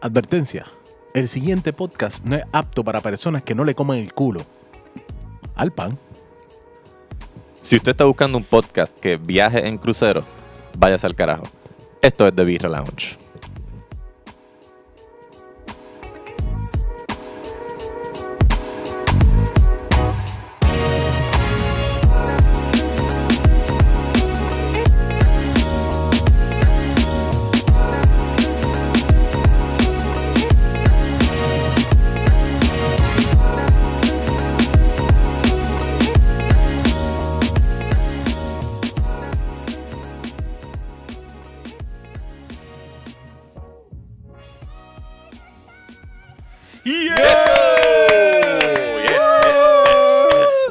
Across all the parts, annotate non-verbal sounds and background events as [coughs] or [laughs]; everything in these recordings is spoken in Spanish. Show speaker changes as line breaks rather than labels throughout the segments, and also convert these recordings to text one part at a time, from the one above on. Advertencia. El siguiente podcast no es apto para personas que no le coman el culo al pan.
Si usted está buscando un podcast que viaje en crucero, váyase al carajo. Esto es The Birra Lounge.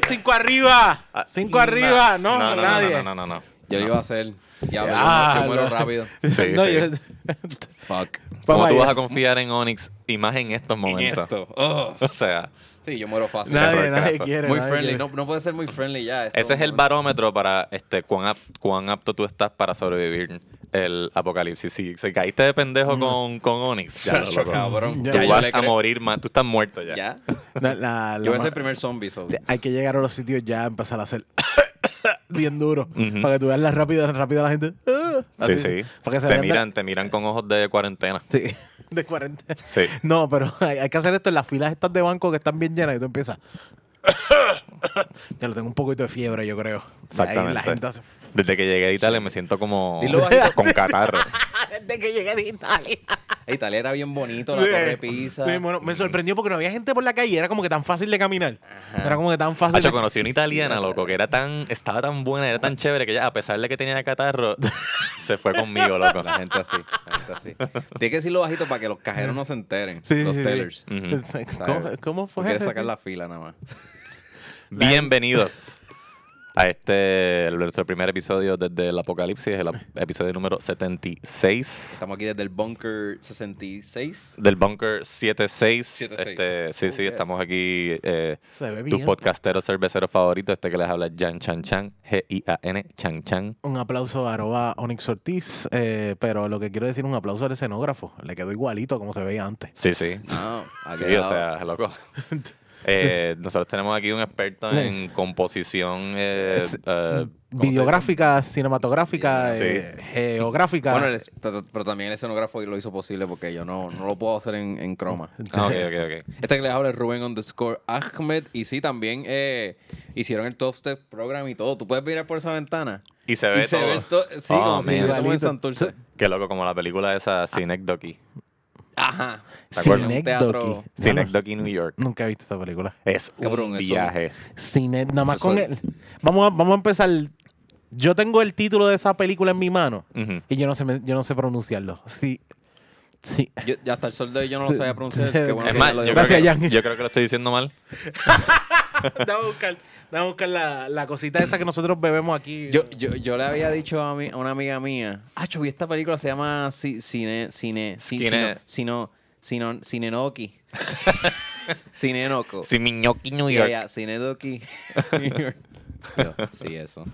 Cinco arriba. Cinco arriba. No, nadie.
No, no, no. no.
Yo lo
No.
iba a hacer. Ya,
Ah,
yo, yo muero
no.
rápido.
[laughs]
Sí,
No,
sí.
yo-
[laughs] Fuck.
¿Cómo
[laughs] Vamos
tú
allá.
vas a confiar en Onyx y más en estos
En
momentos?
esto. Oh.
[laughs] O sea,
Sí, yo muero fácil.
nadie,
error,
nadie
carajo.
quiere.
muy
nadie
friendly.
quiere.
No, no puede ser muy friendly ya. esto.
ese es el barómetro para este cuán, ap- cuán apto tú estás para sobrevivir el apocalipsis. Si, si caíste de pendejo con, con Onyx, ya,
Chacho,
loco,
cabrón.
Ya.
tú
yo
vas
le
a
creo-
morir más. Tú estás muerto ya.
Ya.
La- la- la
Yo voy a
ma-
ser el primer zombie. so.
Hay que llegar a los sitios ya, empezar a [laughs] hacer bien duro.
Ujú.
Para que tú veas la rápida, rápida la gente. Ah,
Sí,
así,
sí.
Para que se
te
vean de-
miran, te miran con ojos de cuarentena.
Sí, [laughs] de 40.
Sí.
No, pero [laughs] hay, hay que hacer esto en las filas estas de banco que están bien llenas y tú
[coughs]
empiezas. ya lo tengo un poquito de fiebre, yo creo. Y ahí la
Exactamente.
gente hace. [laughs]
Desde que llegué a Italia me siento como
Dilo bajito.
con catarro.
Desde que llegué de Italia.
Ey, Ah, Italia era bien bonito, la torre pizza.
Sí, bueno, me sorprendió porque no había gente por la calle, era como que tan fácil de caminar. Era como que tan fácil.
Hacho,
de-
conocí una italiana, loco, que era tan, estaba tan buena, era tan chévere que ella, a pesar de que tenía catarro, [laughs] se fue conmigo, loco.
La gente así. La gente así. Tienes que decirlo bajito para que los cajeros no se enteren.
Sí,
los
sí, sí.
tellers.
Ujú.
Exacto. [laughs]
¿Sabes?
¿Cómo, cómo
Tú
fue?
quieres sacar la fila nada más.
Bienvenidos a este, el- nuestro primer episodio desde el apocalipsis, el ap- episodio número 76
Estamos aquí desde el Bunker 66.
del Bunker 76.
76.
Este, sí,
Oh,
sí,
yes.
estamos aquí, eh,
Se ve
tu
bien.
podcastero cervecero favorito, este que les habla, Jan Chan Chan, G-I-A-N, Chan Chan.
Un aplauso a arroba Onyx Ortiz, eh, pero lo que quiero decir un aplauso al escenógrafo. Le quedó igualito como se veía antes.
Sí, sí.
No, ha
Sí, o
quedado-
sea, loco. [laughs] Eh, nosotros tenemos aquí un experto en composición eh,
Es-
eh, ¿cómo se dice?
Videográfica, cinematográfica,
Sí.
eh, geográfica.
Bueno, el es- pero, pero también el escenógrafo lo hizo posible porque yo no, no lo puedo hacer en, en croma.
Ah, [laughs] ok, ok, ok.
Este que les habla es Rubén underscore Ahmed. Y sí, también eh, hicieron el Top Step Program y todo. Tú puedes mirar por esa ventana.
Y se ve
[laughs] y
todo.
se ve el to- Sí,
Oh,
como si
man.
estuviésemos en
Igualito.
Santurce.
Qué loco, como la película esa Synecdoche.
Ajá.
¿Te acuerdas?
Cinecdoche.
Un teatro-
Synecdoche, New York.
Nunca he visto esa película.
Es un
Cabrón, eso-
viaje.
Cine, nada más
Eso
con
soy.
el. Vamos a, vamos a empezar. Yo tengo el título de esa película en mi mano
Ujú.
y yo no sé, me- yo no sé pronunciarlo. Sí. [laughs] Sí.
Yo, ya hasta el sol de hoy yo no lo
Sí.
sabía pronunciar.
[laughs]
Qué bueno
Es
que
más,
ya lo
yo,
digo.
Gracias,
creo
Jan.
que, yo creo que lo estoy diciendo mal.
Dame a buscar, dame a buscar la, la cosita esa que nosotros bebemos aquí.
Yo, yo, yo le había dicho a, mi- a una amiga mía, ah, yo vi esta película, se llama Ci- Cine, Cine, Ci-
Cine-
Sino, Sino, Sino, Cinenoki.
[laughs]
Cinenoco.
Siminoki, New
Y
York. [laughs]
ella, Cinenoki. Yo, sí, eso.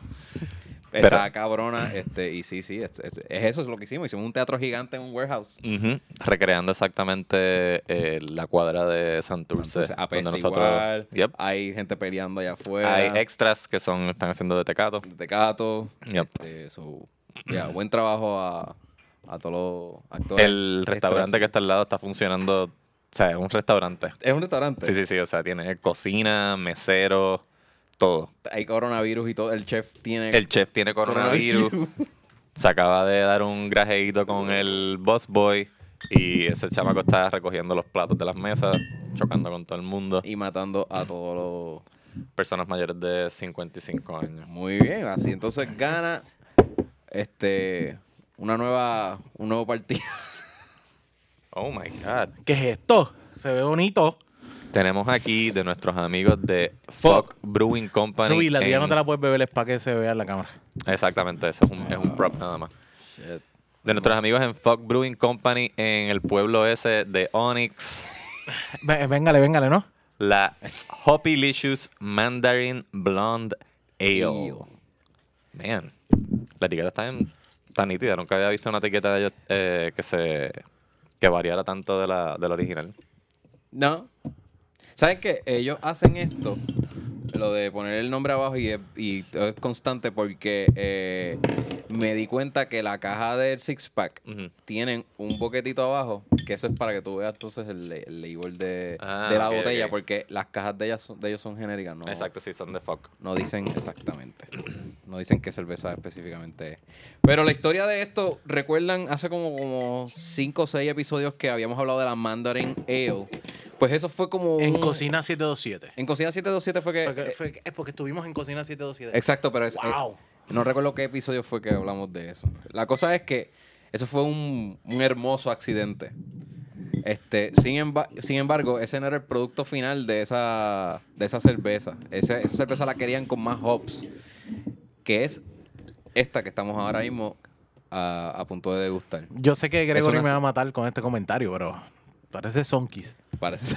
Pero-
Está cabrona, este, y sí, sí, es, es- es eso es lo que hicimos. Hicimos un teatro gigante en un warehouse.
Ujú. Recreando exactamente eh, la cuadra de Santurce.
Entonces, apesta igual,
Yep.
hay gente peleando allá afuera.
Hay extras que son están haciendo de tecato.
de Cato.
Yep.
Este, so, yeah, buen trabajo a, a todos los actores.
El restaurante que está al lado está funcionando. O sea, es un restaurante.
Es un restaurante.
Sí, sí, sí. O sea, tiene cocina, mesero, todo.
Hay coronavirus y todo. El chef tiene.
Eh,
El chef tiene coronavirus. [laughs] Se acaba de dar un grajeíto con el boss boy. Y ese chamaco está recogiendo los platos de las mesas, chocando con todo el mundo.
[laughs] Y matando a todos
Personas mayores de 55 años.
los. Muy bien, así. Entonces gana. Este. Una nueva. Un nuevo partido.
Oh my God.
¿Qué es esto? Se ve bonito.
Tenemos aquí de nuestros amigos de Fuck Brewing Company.
Ruby, la tía
en-
no te la puedes beber, es para que se vea en la cámara.
Exactamente, ese es un, es un prop nada más. De nuestros amigos en Fuck Brewing Company en el pueblo ese de Onyx.
Ve- Véngale, véngale, ¿no?
La Hoppylicious Mandarin Blonde Ale.
Ew.
Man, la etiqueta está en- tan nítida. Nunca había visto una etiqueta de ellos eh, que se que variara tanto de la, de la original.
No. ¿Sabes qué? Ellos hacen esto, lo de poner el nombre abajo y es, y es constante porque eh, me di cuenta que la caja del six pack
Ujú.
tienen un boquetito abajo, que eso es para que tú veas entonces el, le- el label de,
Ah,
de la
ok,
botella,
ok.
porque las cajas de, ellas son- de ellos son genéricas, ¿no?
Exacto, sí, son de fuck.
No dicen exactamente. No dicen qué cerveza específicamente es. Pero la historia de esto, recuerdan hace como, como cinco o seis episodios que habíamos hablado de la Mandarin Ale. Pues eso fue como.
En
un-
Cocina 727.
En Cocina 727 fue que.
Porque-
eh,
fue- es porque estuvimos en Cocina 727.
exacto, pero es. eh,
Wow.
no recuerdo qué episodio fue que hablamos de eso. La cosa es que eso fue un, un hermoso accidente. Este, sin, emba- sin embargo, ese no era el producto final de esa, de esa cerveza. Ese- esa cerveza la querían con más hops, que es esta que estamos ahora mismo a, a punto de degustar.
Yo sé que Gregory
una-
me va a matar con este comentario, pero parece Sonkis.
[laughs] Parece,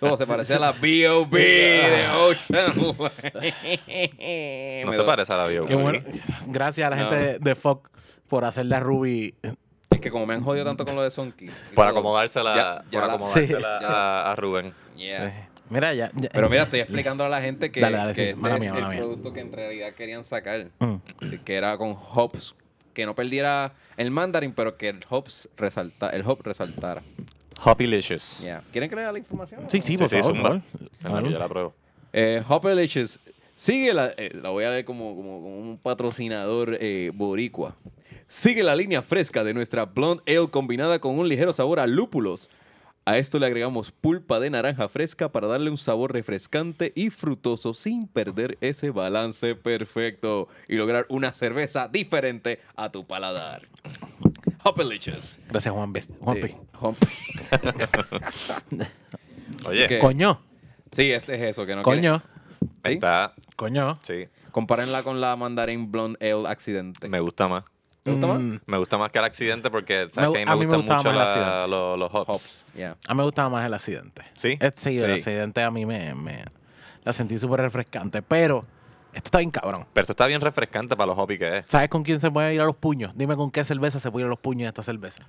no, se parece a la B.O.B. de Ocean. Way.
[laughs] No
Me
se
do-
parece a la bio.
Qué bueno. [laughs] Gracias a la gente
No.
de, de Fox por hacerle a Ruby.
Es que como me han jodido tanto con lo de Sonky. y
Para
todo,
acomodársela,
Ya- ya
por
la-
acomodársela
sí.
a, a Rubén.
yeah.
Eh, Mira, ya. ya-
Pero mira, estoy explicando a la gente que,
Dale, dale,
que
sí.
este
Mala
es
mía,
el
mala mía.
producto que en realidad querían sacar, eh,
Mm.
que era con hops, que no perdiera el mandarin, pero que el hops resalta, el hop resaltara.
Hoppylicious.
Ya. ¿Quieren que le dé la información?
Sí, sí, por favor.
zumba.
por
En la
favor.
que yo la pruebo.
Eh, Hopelicious sigue la, eh, la voy a leer como, como, como un patrocinador eh, boricua. Sigue la línea fresca de nuestra blonde ale combinada con un ligero sabor a lúpulos. A esto le agregamos pulpa de naranja fresca para darle un sabor refrescante y frutoso sin perder ese balance perfecto y lograr una cerveza diferente a tu paladar. Hopelicious.
Gracias, Juan B. Juan
Eh,
P.
Hop-
Oye,
que-
Coño.
Sí, este es eso que no quiere-
Coño.
¿Sí?
está.
Coño.
Sí,
Compárenla con la Mandarin Blonde Ale accidente.
me gusta más.
¿Te gusta más?
Mm,
Me gusta más que el accidente porque sabes
Me-
que a
a
mí me gustan
gustaba
mucho
más el
la-
accidente.
los, los hops.
Hops. Yeah.
A mí me gustaba más el accidente.
¿Sí?
Eh, sí, el
Sí.
accidente a mí me, me- la sentí súper refrescante. Pero esto está bien cabrón.
Pero esto está bien refrescante para los hobbies que es.
¿Sabes con quién se puede ir a los puños? Dime con qué cerveza se puede ir a los puños esta cerveza.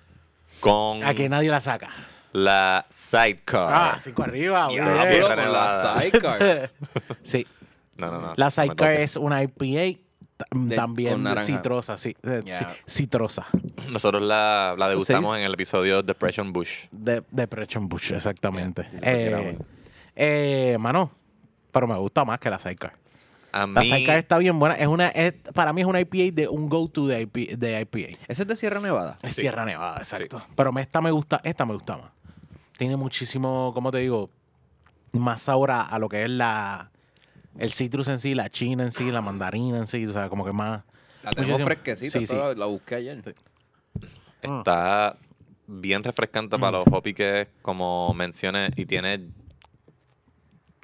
Con
A que nadie la saca.
la sidecar.
Ah, cinco arriba.
Ya,
bien.
la
Diablo,
pierna
con
helada.
la sidecar.
Sí.
No, no, no.
La
no me
sidecar
toques.
es una IPA ta-
De- con
mm, también
naranja.
citrosa, sí. eh,
Ya.
sí, Citrosa.
Nosotros la, la
¿Sí se
degustamos en el episodio Depression Bush.
De, de Preston Bush, exactamente.
Ya, dice cualquiera,
eh, eh, mano, pero me gusta más que la sidecar.
A
La
mí,
sidecar está bien buena. Es una, es- para mí es una IPA de un go-to de, IP de IPA.
Ese es de Sierra Nevada.
Es
Sí.
Sierra Nevada, exacto. Pero me- esta me gusta, esta me gusta más. Tiene muchísimo, ¿cómo te digo? Más sabor a, a lo que es la el citrus en sí, la china en sí, la mandarina en sí, o sea, como que más.
La tenemos
muchísimo-
fresquecita.
Sí, sí.
toda- La busqué ayer.
ah.
está bien refrescante para
Mm.
los hobbies que es, como mencioné, y tiene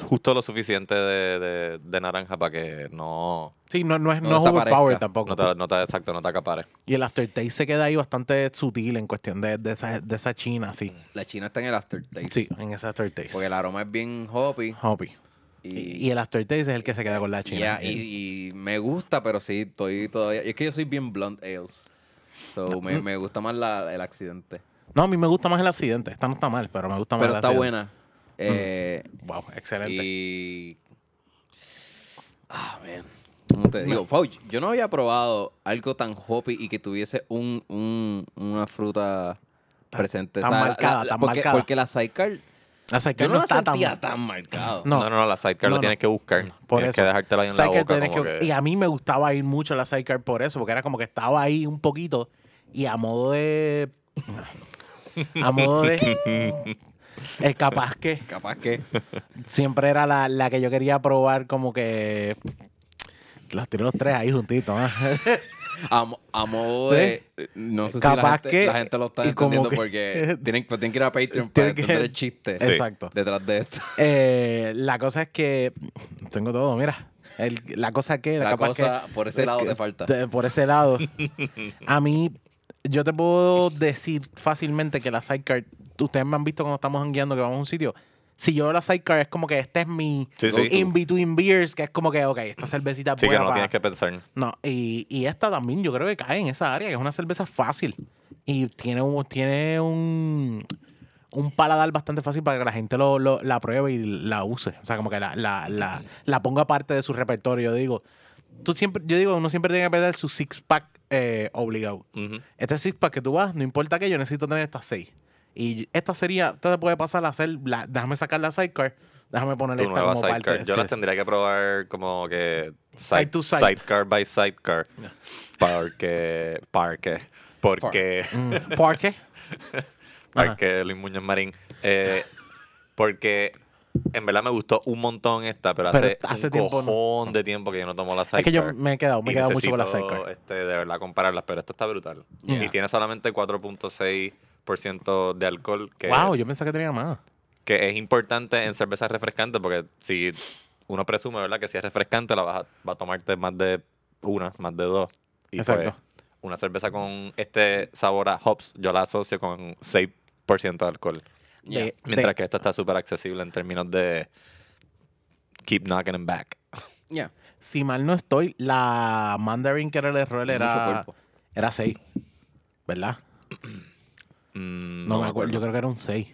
justo lo suficiente de, de- de naranja para que no,
Sí, no, no es,
No
no es
desaparezca.
overpower tampoco.
no, te, no te- exacto, no te acapares.
Y el aftertaste se queda ahí bastante sutil en cuestión de, de esa, de esa china, sí.
La china está en el aftertaste.
Sí, en ese aftertaste.
Mm. Porque el aroma es bien hoppy.
Hoppy. Y,
Y,
el aftertaste es el que se queda con la
y,
china. eh.
ya, y- y me gusta, pero sí, estoy todavía. Es que yo soy bien blunt ales. So, me, me gusta más la- el accidente.
No, a mí me gusta más el accidente. Esta no está mal, Mm. pero me gusta más
Pero
el
está
accidente.
buena. Eh,
Wow, excelente.
Y. Ah, man. ¿Cómo te digo? Fauch, yo no había probado algo tan hoppy y que tuviese un, un- una fruta presente.
tan marcada, tan
porque,
marcada.
Porque la sidecar.
La sidecar
Yo no,
no
la
está tan
sentía
mal. [laughs]
tan marcada.
No.
No, no, no, la sidecar
No,
la
no.
tienes que buscar.
Por
tienes
eso.
que dejártela ahí en la
Sidecar
boca.
tenés
como
que-
que-
Y a mí me gustaba ir mucho a la sidecar por eso, porque era como que estaba ahí un poquito y a modo de. [laughs] A modo de. El capaz que
Capaz que.
siempre era la, la que yo quería probar, como que. Las tiré los tres ahí juntitos. ¿ah? [laughs]
A, mo- a modo de. No sé si la
Capaz
gente,
que-
la gente lo está
y como
entendiendo
que- [laughs]
porque tienen, pues, tienen que ir a Patreon para
Tienen que-
entender el chiste
Sí. Exacto.
detrás de esto.
Eh, la cosa es que. Tengo todo, mira. El- la cosa que.
La
capaz
cosa,
que-
por ese lado te falta.
te- por ese
[laughs]
lado. a mí, yo te puedo decir fácilmente que la sidecar. Ustedes me han visto cuando estamos hangueando que vamos a un sitio. Si yo la sidecar es como que este es mi
Sí, sí.
in-between beers, que es como que, ok, esta cervecita es
Sí, que
buena
no
para-
tienes que pensar.
no, y, y esta también yo creo que cae en esa área, que es una cerveza fácil. Y tiene un, tiene un, un paladar bastante fácil para que la gente lo, lo- la pruebe y la use. O sea, como que la, la, la, la ponga parte de su repertorio. Yo digo, tú siempre, yo digo, uno siempre tiene que perder su six-pack eh, obligado.
Ujú.
Este six pack que tú vas, no importa que yo necesito tener estas seis. Y esta sería, esta te puede pasar a hacer, la, déjame sacar la sidecar, déjame ponerle
Tu
esta
nueva
como
sidecar.
parte.
Yo
Sí,
las
sí.
tendría que probar como que
Side
side-
to side.
sidecar by sidecar. Porque, porque, porque, [laughs]
Mm, ¿Por qué? Ajá.
porque Luis Muñoz Marín. eh, porque en verdad me gustó un montón esta, pero
Pero
hace,
hace
un
tiempo no.
cojón de tiempo que yo no tomo la sidecar.
Es que yo me he quedado, me he
Y
quedado mucho con la
necesito,
sidecar.
Este, de verdad compararlas, pero esta está brutal.
Yeah.
Y tiene solamente 4.6% de alcohol, que,
Wow, yo pensé que tenía más.
que es importante en cervezas refrescantes, porque si uno presume, ¿verdad? Que si es refrescante, la vas a, va a tomarte más de una, más de dos. Y pues,
Exacto.
una cerveza con este sabor a hops, yo la asocio con 6% de alcohol.
De- de-
Mientras que esta está súper accesible en términos de keep knocking them back.
Yeah.
si mal no estoy, la Mandarin que era el error
Mucho
era,
cuerpo.
era 6, ¿verdad?
Mm,
No, me acuerdo, yo creo que era un 6.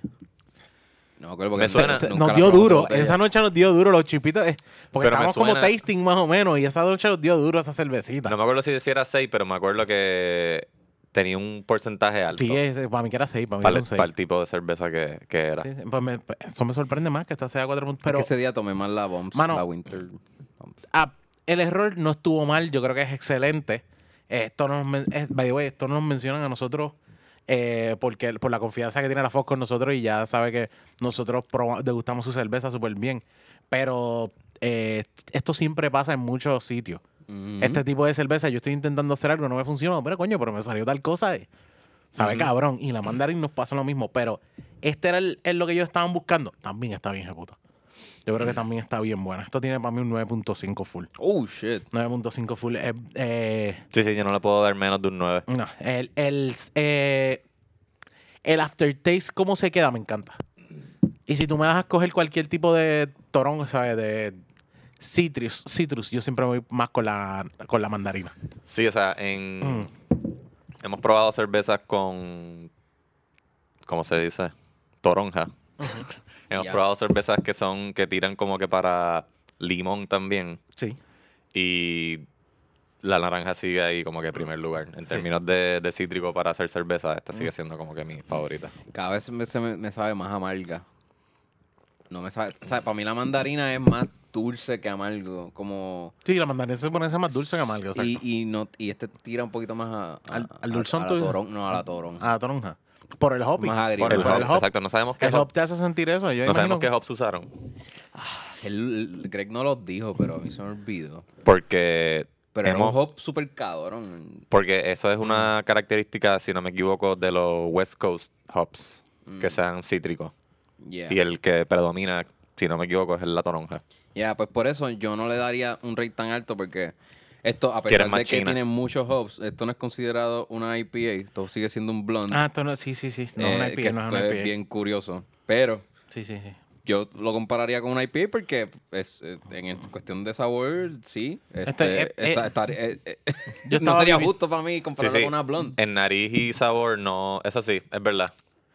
No me acuerdo porque
Me suena-
nunca- Ah, nunca la
Nos
probé
dio
otra
duro,
botella.
esa noche nos dio duro los chipitos, eh, porque
Pero me
estábamos como
suena-
tasting más o menos, y esa noche nos dio duro esa cervecita.
No me acuerdo si era 6, pero me acuerdo que tenía un porcentaje alto
Sí, es- para mí que era 6, para mí
para,
era
el,
un 6.
para el tipo de cerveza que, que era.
Sí, sí, pues me- pues eso me sorprende más que esta sea 4 puntos.
Es que
Pero
ese día tomé más la Bombs,
Mano.
la Winter. Bomb.
ah, el error no estuvo mal, yo creo que es excelente. Eh, Esto nos, men- eh, by the way, esto nos mencionan a nosotros eh, porque, por la confianza que tiene la Fox con nosotros y ya sabe que nosotros proba- degustamos su cerveza súper bien. Pero eh, esto siempre pasa en muchos sitios. Este tipo de cerveza, yo estoy intentando hacer algo, no me funcionó, pero coño, pero me salió tal cosa. eh. ¿Sabe, cabrón? Y la mandarin nos pasa lo mismo, pero este era el, el lo que ellos estaban buscando. También está bien, puta. Yo creo que también está bien buena. Esto tiene para mí un 9.5 full.
Oh, shit.
9.5 full. eh, eh,
Sí, sí, yo no le puedo dar menos de un 9.
no, el, el, eh, el aftertaste, cómo se queda, me encanta. Y si tú me das a escoger cualquier tipo de torón, ¿sabes? De citrus, citrus, yo siempre voy más con la, con la mandarina.
Sí, o sea, en hemos probado cervezas con ¿cómo se dice? toronja. hemos
Ya.
probado cervezas que son que tiran como que para limón también.
Sí.
y la naranja sigue ahí como que en primer lugar. En términos de, de cítrico para hacer cerveza, esta sigue siendo como que mi favorita.
Cada vez me, se me- me sabe más amarga. No me sabe, o sea, para mí la mandarina es más dulce que amargo, como
Sí, la mandarina se pone más dulce que amarga. exacto.
y, y no y este tira un poquito más a, a-
Al- al
a-
dulzón
a
tú
la
dices.
torón, no a la torón.
Ah, toronja. Por el hopping.
Más agrio.
Por el,
El
por el
hop,
hop.
Exacto, no sabemos qué
El
hop-
hop te hace sentir eso. Yo
no sabemos
imagino-
qué hops usaron.
El, el Greg no los dijo, pero a mí se me olvidó.
Porque
Pero era
hemos-
un hop super cabrón.
porque eso es una característica, si no me equivoco, de los West Coast hops
Mm.
que sean cítricos.
Yeah.
Y el que predomina, si no me equivoco, es la toronja.
Ya, pues por eso yo no le daría un rate tan alto porque esto, a
Quieren
pesar
más
de que
China.
tiene muchos hops, esto no es considerado una IPA, esto sigue siendo un blonde.
Ah, esto no, sí, sí, sí. No,
eh,
una IPA,
que
no es
esto
una
es
IPA.
bien curioso. Pero
Sí, sí, sí.
yo lo compararía con una IPA porque es, eh, en el- cuestión de sabor, sí. este,
Este, eh, eh,
esta- esta- eh, eh,
yo
[laughs] no
estaba
sería
divi-
justo para mí compararlo
sí.
con una blonde.
En nariz y sabor, no. Eso sí, es verdad.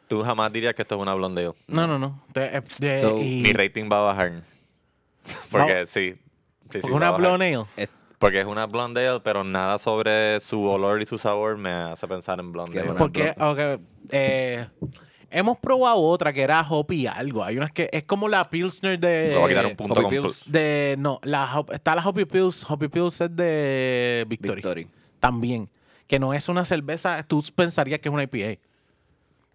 Tú jamás dirías que esto es una blonde ale.
No, no, no. Te- eh, de-
So,
y-
Mi rating va a bajar. [laughs] Porque
Va-
sí. sí, sí,
porque
va
una
a bajar.
blonde ale.
Es-
Porque es una blonde ale, pero nada sobre su olor y su sabor me hace pensar en blonde
Qué
ale.
buena.
Porque, ok, eh, hemos probado otra que era hoppy algo. Hay unas que es como la Pilsner de...
Le voy a quitar un punto
Hoppy
con
Pills.
pl-
De, no, la, Hop- está la Hoppy Pills. Hoppy Pills es de Victory.
Victory.
También. Que no es una cerveza, tú pensarías que es una IPA.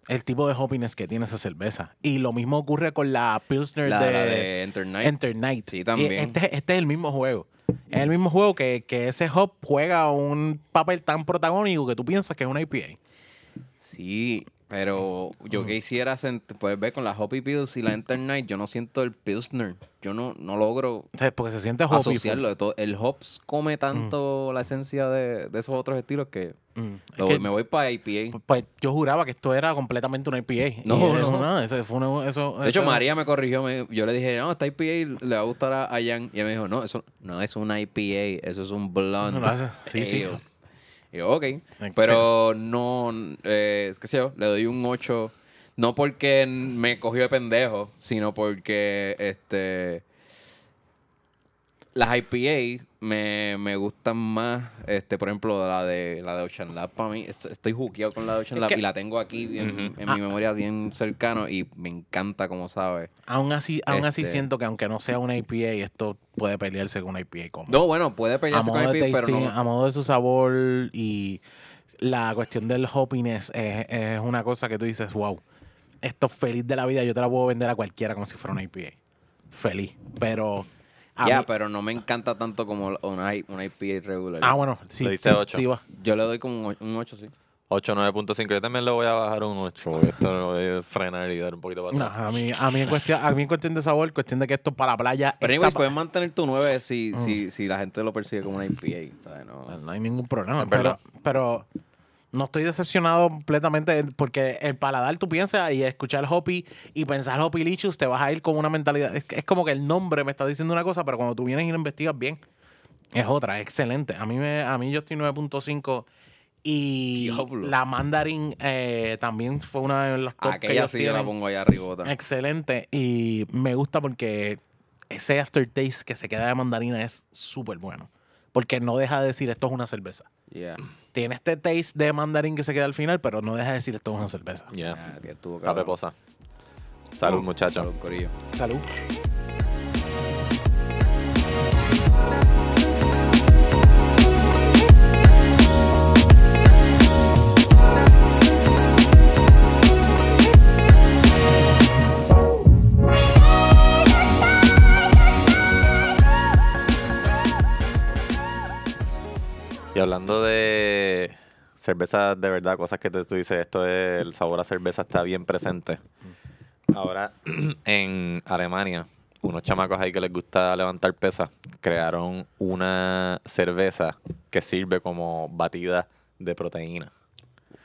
El tipo de hoppiness que tiene esa cerveza. Y lo mismo ocurre con la Pilsner
la,
de,
la de Enter Night.
Enter Night.
Sí, también.
Y Este, este es el mismo juego. Es el mismo juego que, que ese hop juega un papel tan protagónico que tú piensas que es una IPA.
Sí, pero yo que hiciera, sent- puedes ver con la Hoppy Pills y la Enter Night, yo no siento el Pilsner. Yo no, no logro
O sea, porque se siente pues. hoppy.
asociarlo. de todo- El hops come tanto la esencia de, de esos otros estilos que
Mm.
lo-
Es que-
me voy para IPA.
Pues yo juraba que esto era completamente una IPA.
No,
Y, eh,
no.
eso fue una- eso-
De hecho,
eso-
María me corrigió. me- yo le dije, no, esta IPA y le va a gustar a, a Jan. Y ella me dijo, no, eso no es una IPA, eso es un blonde. [laughs]
No, no, eso- sí, sí.
ale". Y yo, ok. Pero no, eh, qué sé yo, le doy un 8. No porque n- me cogió de pendejo, sino porque este las IPA me, me gustan más. Este, por ejemplo, la de la de Ocean Lab para mí. es- Estoy juqueado con la de Ocean Lab
que-
y la tengo aquí en,
Ujú.
en mi memoria bien cercano y me encanta como sabe.
Aún así, aún así
Este-
siento que aunque no sea una IPA, esto puede pelearse con una IPA como.
No, bueno, puede
a
pelearse
modo
con
de
IPA, pero
tasting,
no.
a modo de su sabor y la cuestión del hoppiness es, es una cosa que tú dices, wow, esto es feliz de la vida, yo te la puedo vender a cualquiera como si fuera una IPA. Feliz. Pero. a
Ya,
mí-
pero no me encanta tanto como la- una, I- una IPA regular.
Ah, bueno, sí.
Le diste
sí,
ocho.
sí va.
Yo le doy como un, 8, sí.
8, 9.5. Yo también le voy a bajar un 8. Esto lo voy a frenar y dar un poquito para
No,
atrás.
a mí, a, mí en cuestión, a mí en cuestión de sabor, cuestión de que esto para la playa.
Pero
está
igual
pa- Mm.
puedes mantener tu 9 si, si, si la gente lo percibe como una IPA. ¿sabes? No.
No hay ningún problema.
Es
Pero,
verdad.
pero no estoy decepcionado completamente eh, porque el paladar tú piensas y escuchar Hopi y pensar Hopi Lichus te vas a ir con una mentalidad. Es, es como que el nombre me está diciendo una cosa, pero cuando tú vienes y lo investigas bien, es otra. es excelente. A mí, me, a mí yo estoy 9.5. Y
Diablo.
la Mandarin eh, también fue una de las top que
Aquella
ellos
Ah, sí yo la
tienen.
pongo allá arribota.
Excelente. Y me gusta porque ese aftertaste que se queda de mandarina es súper bueno. Porque no deja de decir esto es una cerveza.
Yeah.
Tiene este taste de mandarín que se queda al final, pero no deja de decir esto es una cerveza.
Yeah.
Ah, que estuvo
La
cabrón.
reposa. pues, Salud, muchachos.
Salud, corillo.
Salud.
Y hablando de cerveza de verdad, cosas que te- tú dices, esto del el sabor a cerveza está bien presente. Ahora, [clears throat] en Alemania, unos chamacos ahí que les gusta levantar pesas, crearon una cerveza que sirve como batida de proteína,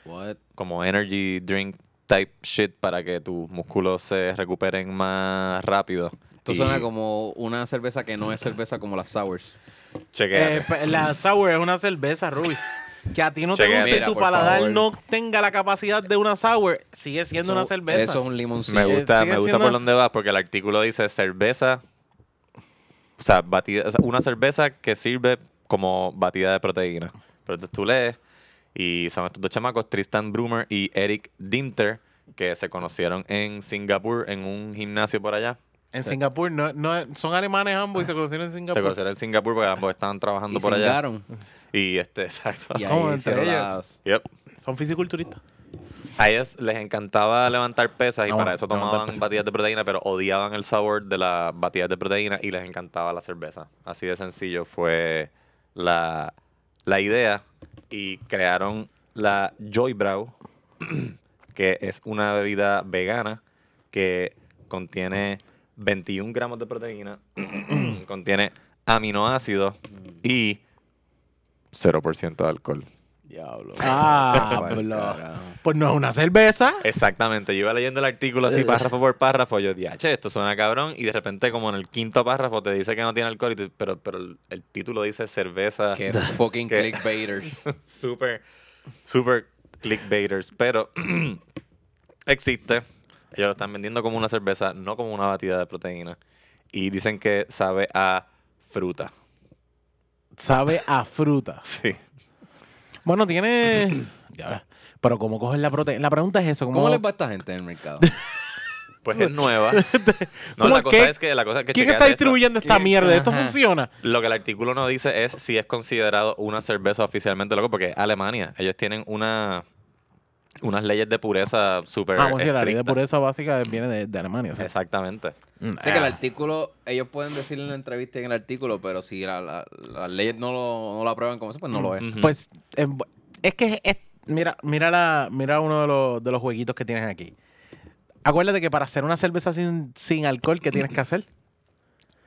What?
como energy drink type shit para que tus músculos se recuperen más rápido.
Esto
Y-
suena como una cerveza que no es cerveza como las sours.
Chequéate.
Eh,
Eh,
la sour es una cerveza, Ruby. Que a ti no te
Chequéate.
guste y
Mira,
tu
por
paladar
favor.
no tenga la capacidad de una sour, sigue siendo una
Eso-
cerveza.
Eso es un limoncillo.
Me gusta,
sigue
me gusta
siendo
por
es-
dónde vas, porque el artículo dice cerveza, o sea, batida, o sea, una cerveza que sirve como batida de proteína. Pero entonces tú lees, y son estos dos chamacos, Tristan Brumer y Eric Dinter, que se conocieron en Singapur, en un gimnasio por allá.
En Singapur, no, no- son alemanes ambos y se conocieron en
Se
Singapur.
conocieron en Singapur porque ambos estaban trabajando
pues. Y
por allá.
[laughs]
cingaron.
Y este, [laughs] exacto.
Y
Como
ahí
entre
entre
ellas.
Yep.
Son fisiculturistas.
A ellos les encantaba levantar pesas y
Ah, bueno,
para eso
levantar
tomaban
pesas.
batidas de proteína, pero odiaban el sabor de las batidas de proteína y les encantaba la cerveza. Así de sencillo fue la, la idea y crearon la Joy Brow, [clears throat] que es una bebida vegana que contiene 21 gramos de proteína, [clears throat] contiene aminoácidos y 0% de alcohol.
Diablo.
Ah,
Pa'l
bro.
carajo.
Pues no es una cerveza.
Exactamente, yo iba leyendo el artículo así párrafo por párrafo, yo dije, che, esto suena cabrón, y de repente como en el quinto párrafo te dice que no tiene alcohol, y tú- pero, pero el, el título dice cerveza,
Qué
[laughs]
fucking
¿Qué?
clickbaiters.
super, super clickbaiters, pero [clears throat] existe, ellos lo están vendiendo como una cerveza, no como una batida de proteína, y dicen que sabe a fruta, [laughs]
Sabe a frutas.
sí.
Bueno, tiene. [clears throat] Ya, Pero cómo cogen la proteína. La pregunta es eso. ¿Cómo,
¿Cómo les va a esta gente en el
[laughs]
mercado?
Pues es nueva. No,
¿Cómo
la cosa
qué?
es que la cosa es que
¿Quién está
chequéate esto.
distribuyendo esta
¿Qué?
mierda? ¿Esto
Ajá.
funciona?
Lo que el artículo no dice es si es considerado una cerveza oficialmente, loco, porque es Alemania. Ellos tienen una, unas leyes de pureza súper.
Ah, bueno, sí, la ley de
estrictas.
pureza básica viene de, de Alemania. o sea.
Exactamente.
Mm,
sé que el
ah.
artículo, ellos pueden decirlo en la entrevista y en el artículo, pero si la- la- las leyes no lo, no lo aprueban como eso, pues no lo es.
Ujú.
Pues eh, es que es- mira, mira, la, mira uno de los, de los jueguitos que tienes aquí. Acuérdate que para hacer una cerveza sin, sin alcohol, ¿qué tienes que hacer?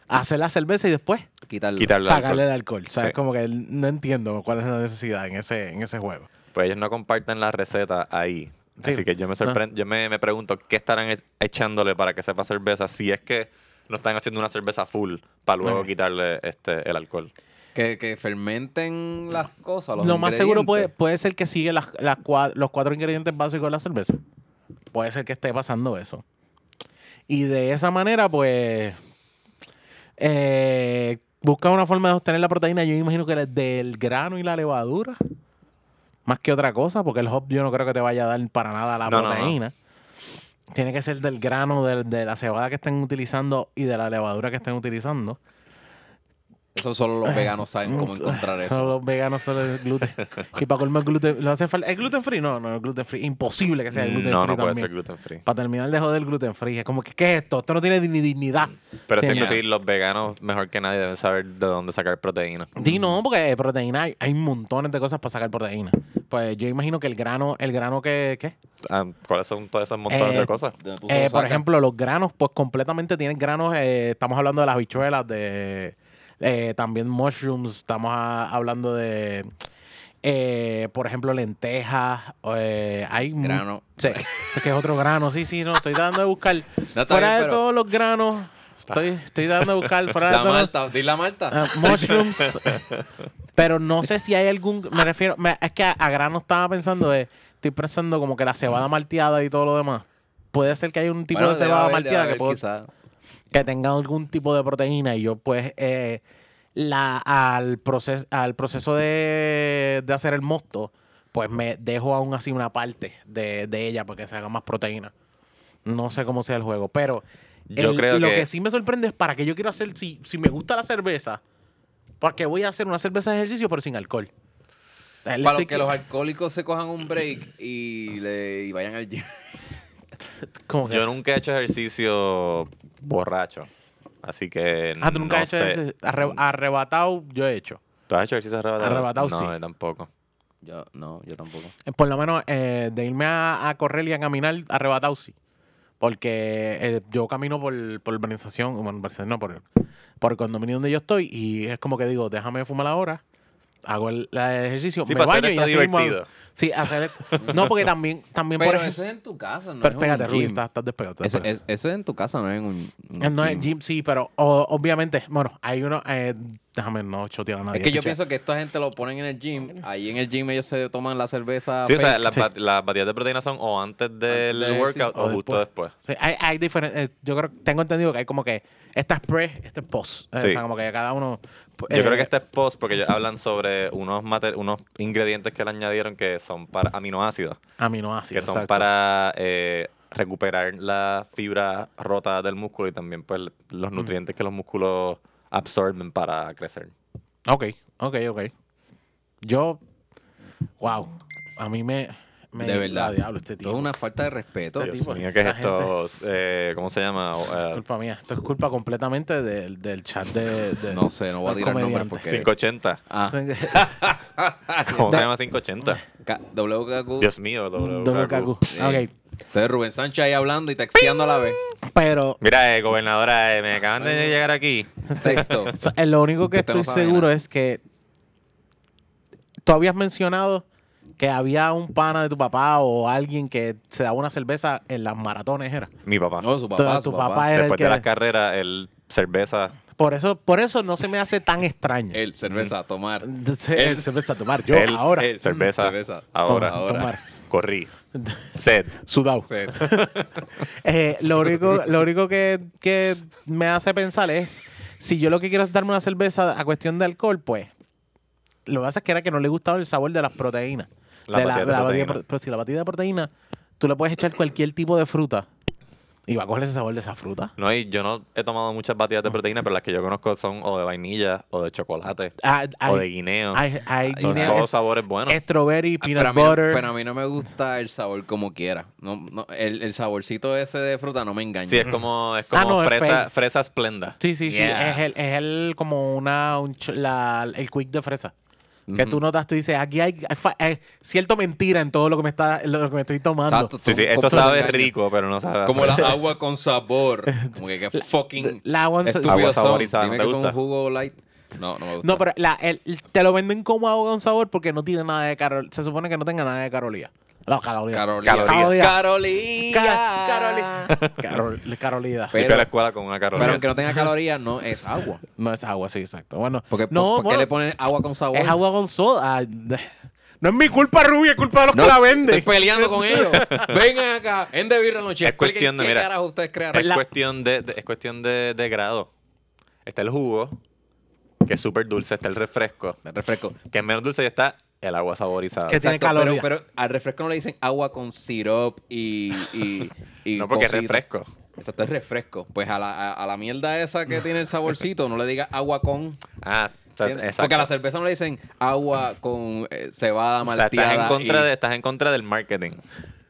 Hacer la cerveza y después
Quitarlo.
Quitarle el
sacarle el
alcohol.
alcohol. O sea,
Sí.
es como que no entiendo cuál es la necesidad en ese, en ese juego.
Pues ellos no comparten la receta ahí.
Sí, Ah.
Así que yo me
no.
sorprendo, yo me, me pregunto qué estarán e- echándole para que sepa cerveza si es que no están haciendo una cerveza full para luego
Ok.
quitarle este el alcohol.
Que, que fermenten las cosas. Los
Lo más seguro puede,
ingredientes.
puede ser que sigue las, las cua- los cuatro ingredientes básicos de la cerveza. Puede ser que esté pasando eso. Y de esa manera, pues. eh, busca una forma de obtener la proteína. Yo imagino que la- del grano y la levadura. Más que otra cosa, porque el hop yo no creo que te vaya a dar para nada la
No, no, no.
proteína. Tiene que ser del grano, del- de la cebada que estén utilizando y de la levadura que estén utilizando.
Eso solo los
[laughs]
veganos saben cómo encontrar eso.
Solo los veganos, solo el gluten. y para colmar gluten, ¿lo hace falta? ¿Es gluten free? No, no es gluten free. Imposible que sea gluten
Mm, No,
free
no puede
también.
ser gluten free.
Para terminar de joder el gluten free. Es como que, ¿qué es esto? Esto no tiene ni dignidad.
Pero
Sí,
siempre
ya.
sí, los veganos, mejor que nadie, deben saber de dónde sacar proteína.
Di no, porque eh, proteína hay, hay montones de cosas para sacar proteína. Pues yo imagino que el grano, el grano que, ¿qué?
Ah, ¿Cuáles son todas esas montones
Eh,
de cosas?
Donde tú
Eh,
solo
por
sacas.
ejemplo, los granos, pues completamente tienen granos. eh, estamos hablando de las habichuelas, de eh, también mushrooms, estamos a- hablando de, eh, por ejemplo, lentejas. eh, hay mu-
Grano.
Sí, es que es otro grano. Sí, sí, no, estoy dando de buscar.
está
fuera
bien,
de
pero-
todos los granos, estoy, estoy dando de buscar. Fuera de
La
todos los-
Marta, di la Marta.
Ah, mushrooms. Pero no sé si hay algún. Me refiero. me- es que a, a grano estaba pensando. eh, estoy pensando como que la cebada malteada y todo lo demás. Puede ser que haya un tipo
Bueno,
de
debe
cebada
haber, debe
malteada que,
haber
puedo-
quizá.
que tenga algún tipo de proteína. Y yo, pues, eh, la, al, proceso al proceso de, de hacer el mosto, pues me dejo aún así una parte de, de ella para que se haga más proteína. No sé cómo sea el juego, pero
Yo
el-
creo
lo que...
que-
sí me sorprende es para qué yo quiero hacer, si, si me gusta la cerveza, porque voy a hacer una cerveza de ejercicio pero sin alcohol. A él le
Para
estoy
los que los alcohólicos se cojan un break y, le, y vayan al gym. [laughs]
como que-
Yo nunca he hecho ejercicio borracho. Así que.
Ah, tú nunca
no
has hecho
sé.
ese- arre- arrebatado, yo he hecho.
¿Tú has hecho ejercicio arrebatado?
Arrebatado,
no,
sí.
yo tampoco.
Yo, no, yo tampoco.
Eh, Por lo menos eh, de irme a, a correr y a caminar arrebatado sí. Porque eh, yo camino por, por urbanización, bueno, urbanización no, por, por el condominio donde yo estoy y es como que digo, déjame fumar ahora, hago el, la- el ejercicio,
Sí,
me
para hacer
baño y
esto
así mismo hago-
divertido.
Sí, hacer esto. No, porque también, también por
Pero
ejemplo-
eso es en tu casa, no
Pero
es un
espérate, Rubí,
gym.
estás, estás despegado. estás
Eso,
despegado.
es, eso es en tu casa, no es en un, un
no es gym, sí, pero o- obviamente, bueno, hay uno, eh, déjame no chotear a nadie.
Es que yo
picha.
pienso que esta gente lo ponen en el gym. Ahí en el gym ellos se toman la
Ah,
cerveza.
Sí, o sea,
pues,
fake.
las, bat- las baterías de proteína son o antes del
del
workout
ejercicio.
o, justo después.
Sí, hay, hay diferentes. yo creo, tengo entendido que hay como que esta es pre, este es post. Eh,
Sí.
O sea, como que cada uno. eh,
Yo creo que este es post porque ellos hablan sobre unos, mater- unos ingredientes que le añadieron que son para aminoácidos,
Aminoácidos.
que son
exacto.
para eh, recuperar la fibra rota del músculo y también pues los nutrientes que los músculos absorben para crecer.
Ok, ok, ok. Yo. Wow. A mí me. me
De verdad.
la diablo este
Todo
tipo.
es una falta de respeto.
Este
Dios
tipo,
mío, ¿qué es
esta
esto? Eh, ¿Cómo se llama? O, eh,
Culpa mía. Esto es culpa completamente del, del chat de. de-
No sé, no voy a
Los
tirar nombres
comediantes.
porque...
580.
[laughs]
Ah,
Ah,
¿Cómo se llama 580?
K-
Uh,
WKQ.
Dios mío,
WKQ.
WKQ.
Ok.
Entonces Rubén Sánchez ahí hablando y texteando a
[laughs]
la vez.
Pero.
Mira, eh, gobernadora, eh, me acaban de llegar aquí.
Texto.
O sea, eh, lo único que
Usted no
estoy
sabe
seguro
nada.
es que tú habías mencionado que había un pana de tu papá o alguien que se daba una cerveza en las maratones, era.
Mi papá.
No, su
Tu-
papá,
tu
su
papá
papá.
era el
Después
que-
de las carreras, el cerveza.
Por eso, por eso no se me hace tan extraño.
[laughs] Él, cerveza, a tomar.
Entonces,
él-
él se empieza a tomar. Yo
el-
Mm. ahora.
el cerveza.
cerveza.
Ahora.
Toma,
ahora. Tomar. [laughs]
Corrí. Sed.
Sudado.
Sí.
Eh, lo único, lo único que, que me hace pensar es, si yo lo que quiero es darme una cerveza a cuestión de alcohol, pues, lo que pasa es que era que no le gustaba el sabor de las proteínas.
La
de
batida de
batida
proteína.
pro- pero si la batida de proteína, tú le puedes echar cualquier tipo de fruta y va a coger ese sabor de esa fruta.
No, y yo no he tomado muchas batidas de proteína, pero las que yo conozco son o de vainilla, o de chocolate,
Ah,
o de
Hay,
guineo.
hay, hay
son
guinea-
todos
es- este
sabores buenos.
strawberry,
Ah,
peanut
pero, a mí, no-
butter.
pero a mí no me gusta el sabor como quiera. No, no, el, el saborcito ese de fruta no me engaña.
Sí, es como, es como
Ah, no, es
fresa,
fake.
fresa esplenda.
Sí, sí, sí.
Yeah.
Es el, es el como una un ch- la- el quick de fresa. Que tú notas, tú dices, aquí hay, hay fa- hay cierto mentira en todo lo que me está, lo que me estoy tomando.
Exacto.
Sí, sí, esto
Completo
sabe
engaño.
rico, pero no sabe. [laughs]
Como la agua con sabor. Como que, que fucking
La agua-
estúpido
Agua
son.
saborizada, ¿no
Dime
te
que son
gusta?
un jugo light. No, no me gusta.
No, pero la- el- el- te lo venden como agua con sabor porque no tiene nada de carol. Se supone que no tenga nada de carolía. No, Carolina.
Carolina.
Carolina.
Carolina. Pues,
Ca- Carolina. Carolina.
Yo
Pero-
fui a la escuela con una Carolina.
Pero aunque no tenga calorías, no es agua.
No es agua, sí, exacto. Bueno,
Porque,
no,
¿por, por qué
bueno,
le ponen agua con sabor?
es agua con soda. Ah, de- No es mi culpa, Rubia, es culpa de los
No,
que la venden.
Estoy peleando con ellos. Vengan acá. En de birra noche.
Es cuestión de-
¿Qué
mira. eh,
carajo ustedes
Es
crearon?
la-
cuestión de, de- es cuestión de, de grado. Está el jugo, que es súper dulce. Está el refresco,
El refresco.
que es menos dulce y está el agua saborizada.
Que tiene
Exacto,
calorías.
Pero, pero al refresco no le dicen agua con sirop y. y, y
No, porque es
cositas.
refresco.
Exacto, es refresco. Pues a la, a, a la mierda esa que tiene el saborcito, no le digas agua con.
Ah, o sea,
¿entiendes?
exacto.
Porque a la cerveza no le dicen agua con eh, cebada,
O sea,
malteada.
estás en, contra
y-
de, estás en contra del marketing.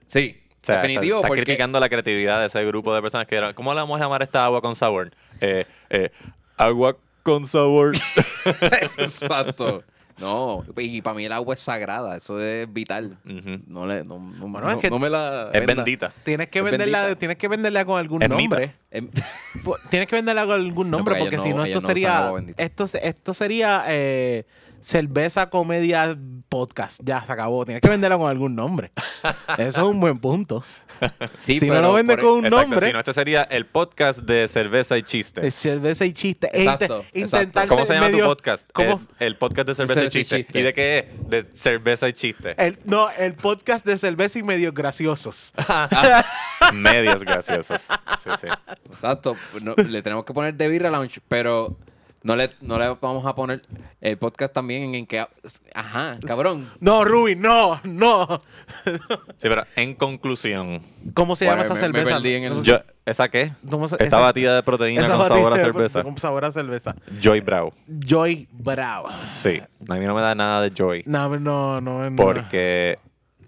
Sí,
O sea, Estás,
definitivo.
estás
porque
criticando la creatividad de ese grupo de personas que eran. ¿Cómo le vamos a llamar a esta agua con sabor? Eh, eh, agua con
[laughs]
sabor.
[laughs] Exacto. No, y para mí el agua es sagrada, eso es vital.
Ujú.
No le, no, no,
Bueno,
no-
es que
no me la
Es
venda.
bendita.
Tienes que
Es
venderla,
Pues bendita.
tienes que venderla con algún
Es
nombre.
Em, [laughs]
Po- Tienes que venderla con algún
No,
nombre, porque
porque ellos
si
no-
no, esto
ellos no usan
sería.
agua bendita.
Esto, se- esto sería eh, cerveza, comedia, podcast. Ya se acabó. Tienes que venderla con algún
[laughs]
nombre. Eso es un buen punto. [laughs]
sí,
si no
pero
lo vende
por- e-
con un
Exacto,
nombre,
Si no, este sería el podcast de cerveza y
de
chistes.
cerveza y chiste. e inte-
Exacto, exacto.
intentarse
¿Cómo se llama
medio-
tu podcast? Eh,
¿Cómo?
El, el podcast de cerveza,
Cerveza
y
y
chistes.
chiste.
¿Y de qué es? De cerveza y chistes.
El- no, el podcast de cerveza y medios graciosos.
Medios graciosos. Sí, sí.
Exacto. No, le tenemos que poner de birra lounge, pero no le, no le vamos a poner el podcast también en que. Ajá, cabrón.
No, Ruby, no, no.
Sí, pero en conclusión,
¿Cómo se llama
Whatever,
esta
me- me
cerveza?
perdí en el-
No sé.
yo, ¿esa qué?
¿Cómo se-
Esta
esa-
batida de proteína
Esa
con sabor a
batida de-
cerveza.
Con sabor a cerveza.
Joy Brau.
Joy Bravo.
Sí. A mí no me da nada de Joy.
No, no, no. no.
Porque,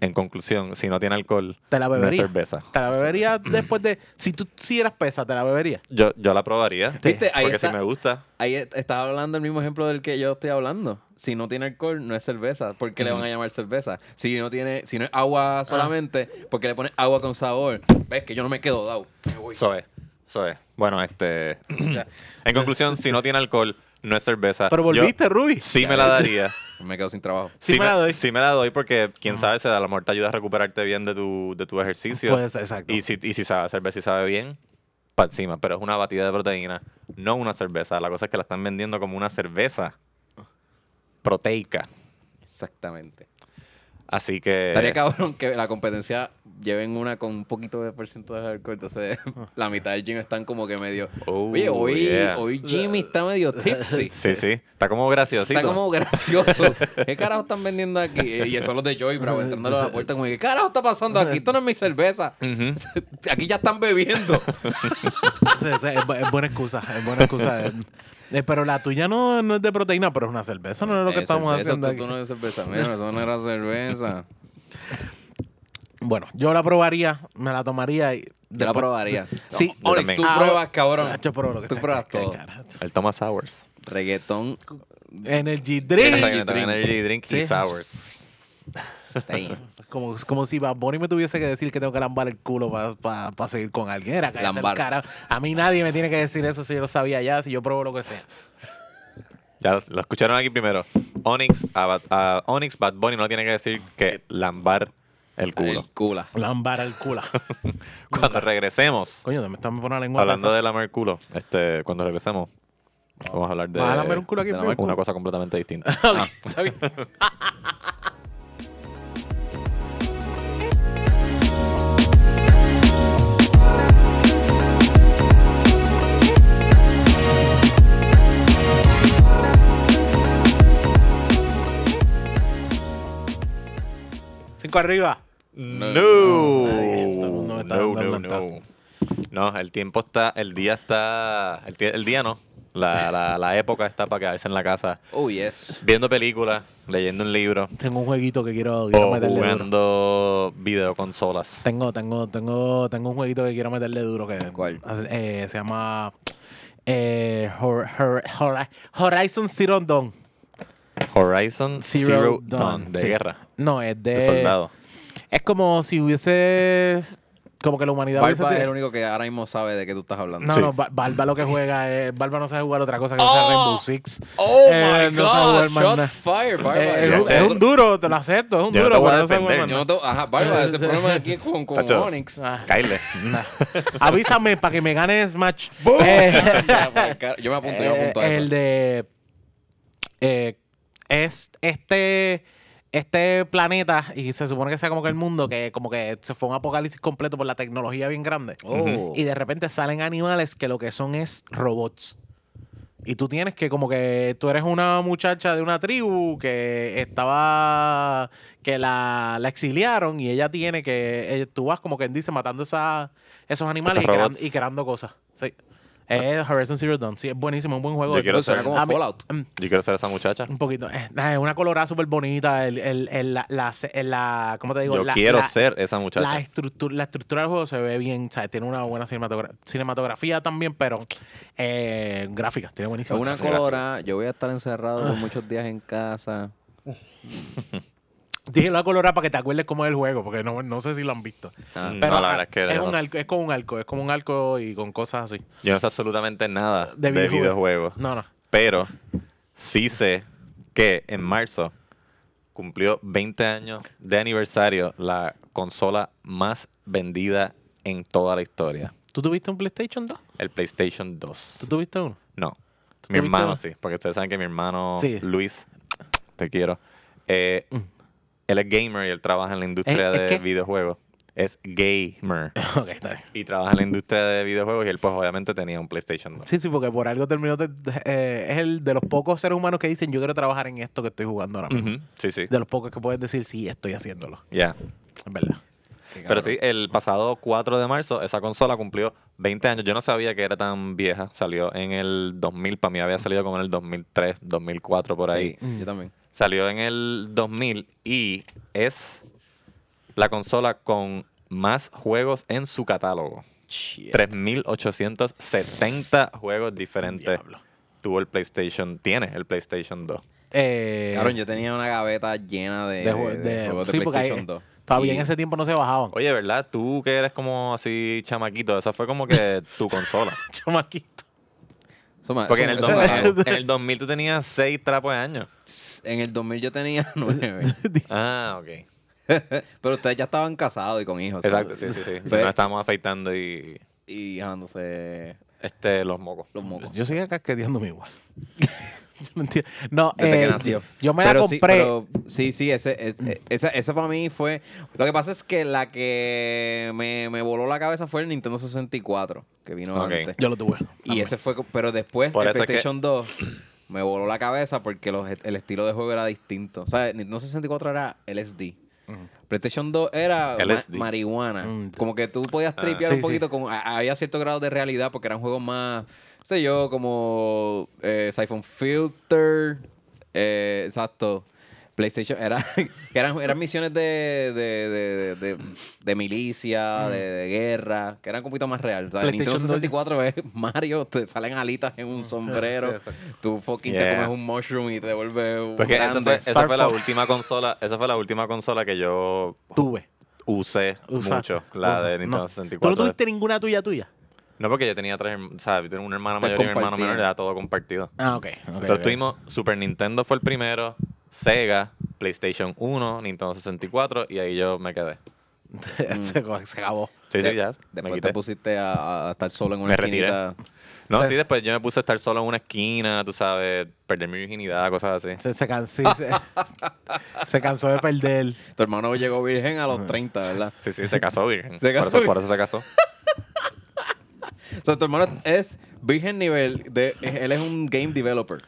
en conclusión, si no tiene alcohol,
Te la
no es
bebería.
cerveza.
Te la bebería después de. Si tú sí eras pesa, te la bebería.
Yo, yo la probaría.
¿Viste? Ahí
porque
está.
si me gusta.
Ahí est- estaba hablando el mismo ejemplo del que yo estoy hablando. Si no tiene alcohol, no es cerveza. ¿Por qué le van a llamar cerveza? Si no tiene, si no es agua solamente, ¿por qué le pones agua con sabor? Ves que yo no me quedo dado. Me voy.
Eso es. Eso es.
[clears throat]
Bueno, este. en conclusión, si no tiene alcohol, no es cerveza.
Pero
Ah, Yo
volviste, Ruby.
Sí me la daría.
Me quedo sin trabajo.
Sí me la doy.
Sí me la doy porque, quién sabe, se- a lo mejor te ayuda a recuperarte bien de tu, de tu ejercicio.
Puede ser, exacto.
Y si, y si sabe cerveza y sabe bien, para encima. Pero es una batida de proteína, no una cerveza. La cosa es que la están vendiendo como una cerveza proteica.
Exactamente.
Así que.
Estaría cabrón que la competencia lleven una con un poquito de porcentaje de alcohol. Entonces, la mitad del gym están como que medio.
Oh,
Oye, hoy,
yeah.
hoy Jimmy está medio tipsy.
Sí, sí. Está como graciosito.
Está como [laughs] gracioso. ¿Qué carajo están vendiendo aquí? Eh, Y eso los de Joy, bravo, entrándole a la puerta como, ¿qué carajo está pasando aquí? Esto no es mi cerveza.
Ujú.
[laughs] Aquí ya
[laughs]
están bebiendo.
Sí, sí, es, bu- es buena excusa. Es buena excusa.
[laughs]
Eh, eh, pero la tuya no, no es de proteína, pero es una cerveza, no es lo que
Eh,
estamos
cerveza,
haciendo
tú-
aquí.
Tú no eres cerveza. Mira, eso no
[laughs]
era cerveza.
Bueno, yo la probaría, me la tomaría y.
Yo la probaría.
Sí,
yo
Alex,
también.
tú
Ah,
pruebas, cabrón.
Ah, yo pruebo lo que
Tú
sea.
pruebas
Qué
todo.
carajo.
El toma sours.
Reggaetón.
Energy
Energy
Drink.
drink, energy drink y
Sí.
sours.
Damn.
Como, como si Bad Bunny me tuviese que decir que tengo que lambar el culo para seguir con alguien. Era que
Lambar.
cara. A mí nadie me tiene que decir eso si yo lo sabía ya, si yo pruebo lo que sea.
Ya lo, lo escucharon aquí primero. Onyx, a, Bad- a Onyx Bad Bunny no le tiene que decir que lambar el
[laughs]
culo.
El cula.
Lambar el
[laughs]
culo.
Cuando regresemos,
Coño, me están poniendo la lengua.
hablando de lambar el culo, este, cuando regresemos, vamos a hablar de
¿Vas a lamber un culo aquí?
de lamber
primero?
una cosa completamente distinta.
[laughs] Está bien. Cinco arriba.
No,
esto no este me
no,
está
no,
dando
no,
ventaja.
No, el tiempo está, el día está, el, tie- el día no, la, la, la época está para quedarse en la casa,
Oh, yes.
viendo películas, leyendo un libro
Tengo un jueguito que quiero, quiero
o
meterle duro.
jugando videoconsolas.
Tengo, tengo, tengo, tengo un jueguito que quiero meterle duro que
¿Cuál?
eh, se llama eh, Hor- Hor- Hor- Horizon Zero Dawn.
Horizon Zero, Dawn, de
sí. Eh,
guerra,
No, es de,
de soldado.
Es como si hubiese como que la humanidad hubiese
Barba es el
tenido-
único que ahora mismo sabe de qué tú estás hablando.
No,
Sí.
no, Ba- Barba lo que juega es. Barba no sabe jugar otra cosa que no sea
Oh.
Rainbow Six.
Oh
Eh,
my
no sabe
god,
jugar más nada.
shots fired, Barba.
Eh, es, un-
Ya,
es un duro, te lo acepto, es un
Yo no te
duro.
voy a
pero no sabe jugar
defender,
más
Yo no tengo- Ajá, Barba, ese problema aquí es con, con
Tacho.
Onyx.
nada. Ah, [laughs]
Kyle.
avísame para que me gane
[laughs]
Smash. Eh,
Ya, por el car- yo me apunto, yo me
Eh,
apunto a eso.
el de eh, es este este planeta y se supone que sea como que el mundo que como que se fue un apocalipsis completo por la tecnología bien grande
Oh.
y de repente salen animales que lo que son es robots y tú tienes que como que tú eres una muchacha de una tribu que estaba que la, la exiliaron y ella tiene que eh, tú vas como que dice matando esa, esos animales
Esos
y, crean-
robots. Ah.
y creando cosas. Sí. Eh, Horizon Zero Dawn, sí, es buenísimo, un buen juego.
Yo quiero
Suena
ser-
como
A mí- mm,
Fallout.
Yo quiero ser esa muchacha.
un poquito. Eh, nada, Es una colorada súper bonita. El, el- el- la, la- el- la- ¿Cómo te digo?
Yo
La-
quiero
la-
ser esa
La
muchacha.
estructura, la estructura del juego se ve bien, ¿sabes? tiene una buena cinematogra- cinematografía también, pero eh, gráfica, tiene
Es
buenísima.
una
gráfica.
colora, yo voy a estar encerrado
Ah.
por muchos días en casa.
Dije la colorada para que te acuerdes cómo es el juego, porque no, no sé si lo han visto.
Ah.
No,
Mm. Pero
la verdad es que yo
un
no-
arco- es como un arco, es como un arco y con cosas así.
Yo no sé absolutamente nada
De
de,
videojuegos.
videojuegos.
No, no.
Pero sí sé que en marzo cumplió 20 años de aniversario la consola más vendida en toda la historia.
¿Tú tuviste un PlayStation 2?
El PlayStation
¿Tú
2.
tuviste uno?
No.
¿Tú tuviste
Mi hermano
uno?
sí. Porque ustedes saben que mi hermano
Sí. Mm.
Luis, te quiero. eh, él es gamer y él trabaja en la industria
¿Es- es
de
qué?
videojuegos. Es gamer.
[laughs] ok, está bien.
y trabaja en la industria de videojuegos y él pues obviamente tenía un PlayStation 2.
Sí, sí, porque por algo terminó. de- de- eh, es el de los pocos seres humanos que dicen, yo quiero trabajar en esto que estoy jugando ahora mismo.
Ujú, Sí, sí.
De los pocos que pueden decir, sí, estoy haciéndolo.
Ya.
Es verdad.
Pero sí, el pasado 4 de marzo esa consola cumplió 20 años. Yo no sabía que era tan vieja. Salió en el 2000, para mí había salido como en el 2003, 2004 por ahí.
Sí, yo también.
Salió en el 2000 y es la consola con más juegos en su catálogo. 3870 juegos diferentes
Diablo.
tuvo el PlayStation, tiene el PlayStation 2.
Eh,
Cabrón, yo tenía una gaveta llena de,
de jue-
de-
de-
de juegos de
sí, porque ahí-
PlayStation 2.
todavía
Y-
en ese tiempo no se bajaban.
Oye, ¿verdad? Tú que eres como así chamaquito, esa fue como que [laughs] tu consola.
Chamaquito.
eso me-
Porque en
eso-
el,
eso me
2000,
hago.
en el 2000 tú tenías 6 trapos de año.
[laughs] En el 2000 yo tenía
[laughs]
[laughs] 9.
Ah, ok.
Pero ustedes ya estaban casados y con hijos.
Exacto, sí, sí, sí.
Pero-
Nos estábamos afeitando y
Y dejándose
este, los mocos.
los mocos.
Yo seguía casqueteándome igual. [laughs] Yo no entiendo. No,
Desde
eh,
que nació.
Yo me la
Pero
compré.
Sí, pero- sí, sí, ese, es- eh, esa, esa para mí fue... Lo que pasa es que la que me, me voló la cabeza fue el Nintendo 64, que vino
Ok.
antes.
Yo lo tuve.
Y ese fue, co- pero después
Por
el
eso es que-
PlayStation 2 [clears throat] me voló la cabeza porque los, el estilo de juego era distinto. O sea, Nintendo 64 era LSD. PlayStation 2 era ma-
LSD.
marihuana.
Mm.
Como que tú podías
Ah.
tripear
Sí,
un poquito, con, a- había cierto grado de realidad porque eran juegos más, no sé yo, como eh, Siphon Filter, eh, exacto. PlayStation era [laughs] que eran, eran misiones de, de, de, de- de- de milicia, de, de guerra, que eran un poquito más real. ¿sabes? Nintendo
Mm. PlayStation 2
64 4 es [laughs] Mario, te salen alitas en
[laughs]
un sombrero, tú fucking te
Yeah.
comes un mushroom y te vuelves un
Porque Pues esa fue,
Sanders.
esa
Star
fue la
Fox.
última consola, esa fue la última consola que yo
Tuve.
usé
Usaste.
mucho, la
Usaste.
de Nintendo
No. ¿Tú
64.
no tuviste ninguna tuya tuya?
No, porque yo tenía tres, herm- o sea, yo tengo una hermana
Ustedes
mayor y un hermano menor,
compartían.
era todo compartido.
Ah, ok. ok,
Nosotros
ok. [laughs]
tuvimos Super Nintendo fue el primero, Sega, PlayStation 1, Nintendo 64 y ahí yo me quedé.
Este se, se acabó.
Sí,
De-
sí, ya. Me
Después te
quité.
pusiste a, a estar solo en una
Me retiré.
esquinita.
No, sí, después yo me puse a estar solo en una esquina, tú sabes, perder mi virginidad, cosas
[laughs]
así.
Se, se, can- sí, se- se cansó de perder.
Tu hermano llegó virgen a los 30, ¿verdad?
Sí, sí, se casó virgen.
Se casó
por, eso, por
virgen.
eso se casó.
O sea, tu hermano es virgen nivel de... Él es un game developer.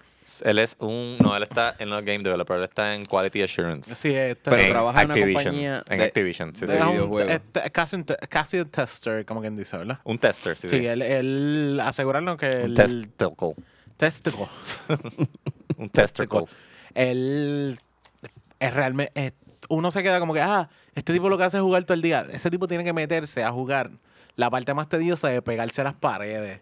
Él es un... No, él está en los game developer, él está en quality assurance.
Sí, este,
Pero
se-
en
trabaja en este una
Activision,
compañía
En
de-
Activision, sí,
de
sí.
es un-
videojuegos.
es- es casi, un te- casi un tester, como quien dice, ¿verdad?
Un tester, sí,
Sí,
sí.
Él, él asegurarnos que
Un
el
testicle.
testicle,
Un testicle.
él es realmente es- uno se queda como que, ah, este tipo lo que hace
[clears throat]
es jugar todo el día. Ese tipo tiene que meterse a jugar la parte más tediosa de pegarse a las paredes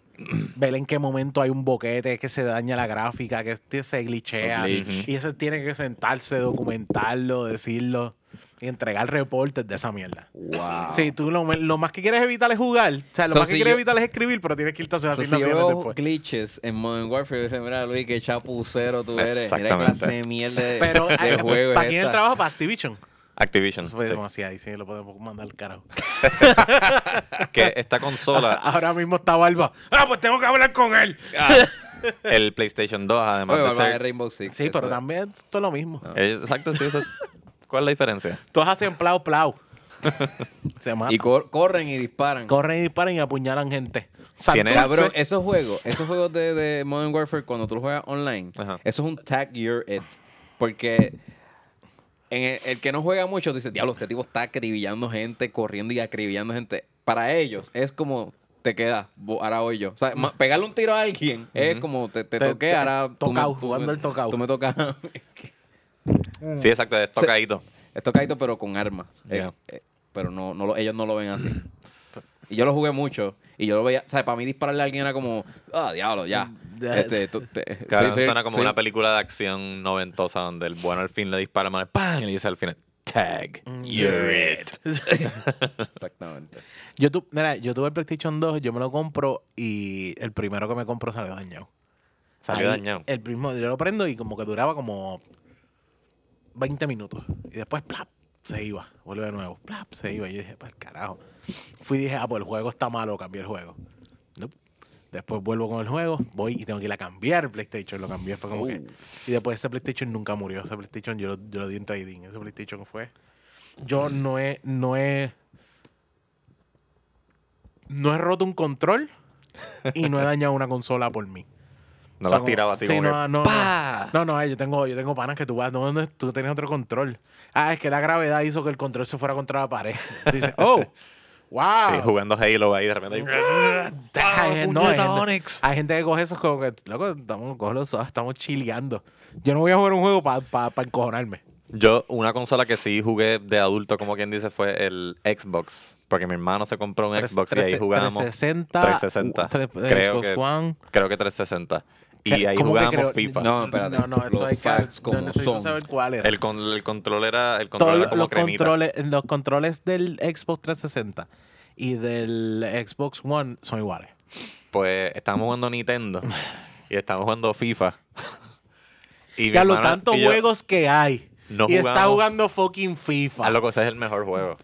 ver en qué momento hay un boquete, que se daña la gráfica, que este se glitchea. Y eso tiene que sentarse, documentarlo, decirlo y entregar reportes de esa mierda.
Wow.
Sí, tú lo, lo más que quieres evitar es jugar. O sea, lo
Ah. So,
más que
si
quieres
yo-
evitar es escribir, pero tienes que irte a hacer
So, si
asignaciones
yo veo
después.
glitches en Modern Warfare, yo digo, mira Luis, qué chapucero tú eres. Mira qué
Exactamente.
clase de mierda de,
Pero
[laughs] de
eh,
juego es
para quién el
esta.
trabajo para Activision.
Activision.
Eso fue
sí.
demasiado y sí lo podemos mandar al
[laughs]
carajo.
Que esta consola,
[laughs] Ahora mismo está Barba. Ah, pues tengo que hablar con él.
Ah,
el PlayStation 2, además
Oye,
de
vamos a ver
ser-
Rainbow Six.
Sí,
eso
pero
es.
también es todo lo mismo.
Eh, Exacto, sí. Eso... ¿Cuál es la diferencia?
Todos hacen plau
[laughs]
plau. Se matan.
Y cor- corren y disparan.
corren y disparan y apuñalan gente. Santurce.
Tiene-
Cabrón, esos juegos, esos juegos de, de Modern Warfare, cuando tú los juegas online,
Ajá.
eso es un tag you're it. Porque en el, el que no juega mucho dice, diablo, este tipo está acribillando gente, corriendo y acribillando gente. Para ellos es como te queda, bo- ahora voy yo. O sea, ma- pegarle un tiro a alguien es como te, te
Te-
toqué,
te-
ahora. tú me-
tocao,
tú-
jugando el tocao.
Tú me tocas. [laughs]
Sí, exacto, es tocadito.
es tocadito, pero con armas. Eh,
Ya.
eh, pero no, no lo- ellos no lo ven así. Y yo lo jugué mucho. Y yo lo veía, o sea, para mí dispararle a alguien era como, ah, diablo, ya.
Ya.
Este, tú- te-
Claro,
soy- soy-
suena como
soy-
una película de acción noventosa donde el bueno al fin le dispara mal, ¡pam! Y le dice al final, ¡tag!
Mm,
¡You're it!
Exactamente.
[laughs] Yo, tu- mira, yo tuve el PlayStation 2, yo me lo compro y el primero que me compro salió dañado.
Salió
Ahí,
dañado.
El primo, yo lo prendo y como que duraba como 20 minutos. Y después, plap, se iba. Vuelve de nuevo. Plap, se iba. Y yo dije, para carajo. Fui y dije, ah, pues el juego está malo, cambié el juego. Nope. Después vuelvo con el juego, voy y tengo que ir a cambiar el PlayStation. Lo cambié, fue como que.
Oh.
Y después ese PlayStation nunca murió. Ese PlayStation yo lo, yo lo di en trading. Ese PlayStation fue. Yo no he. No he. No he roto un control y no he dañado una consola por mí.
No
O
lo
sea,
has
como-
tirado así
sí,
como
no,
que,
no, no.
¡pah!
No, no, eh, yo tengo, yo tengo panas que tú vas, no, no, tú tienes otro control. Ah, es que la gravedad hizo que el control se fuera contra la pared. [laughs] Tú dices, oh,
Sí,
[laughs] wow.
jugando Halo ahí
[laughs]
de repente.
Ah, eh, no, hay,
puñeta,
gente,
Onyx.
hay gente que coge esos como que, loco, estamos, cógelo suave, estamos chileando. Yo no voy a jugar un juego para pa, pa encojonarme.
Yo, una consola que sí jugué de adulto, como quien dice, fue el Xbox. Porque mi hermano se compró un
Tres-
Xbox y ahí
trece-
jugábamos.
360,
360.
tres- eh,
creo,
Xbox
que,
One.
creo que 360. Y
Que-
ahí
¿cómo que
jugábamos
creo?
FIFA.
No, espérate.
No, no, esto
Los
hay que
facts como
yo necesito
son.
saber cuál era.
El, con- el control era, el control
todos
era
los,
como cremita.
controles, los controles del Xbox 360 y del Xbox One son iguales.
Pues estábamos jugando Nintendo y estábamos jugando FIFA. [laughs] Y mi
Ya lo
hermano
tantos
y yo-
juegos que hay.
No
y está
jugamos.
jugando fucking FIFA.
Ah, loco, ese es el mejor juego.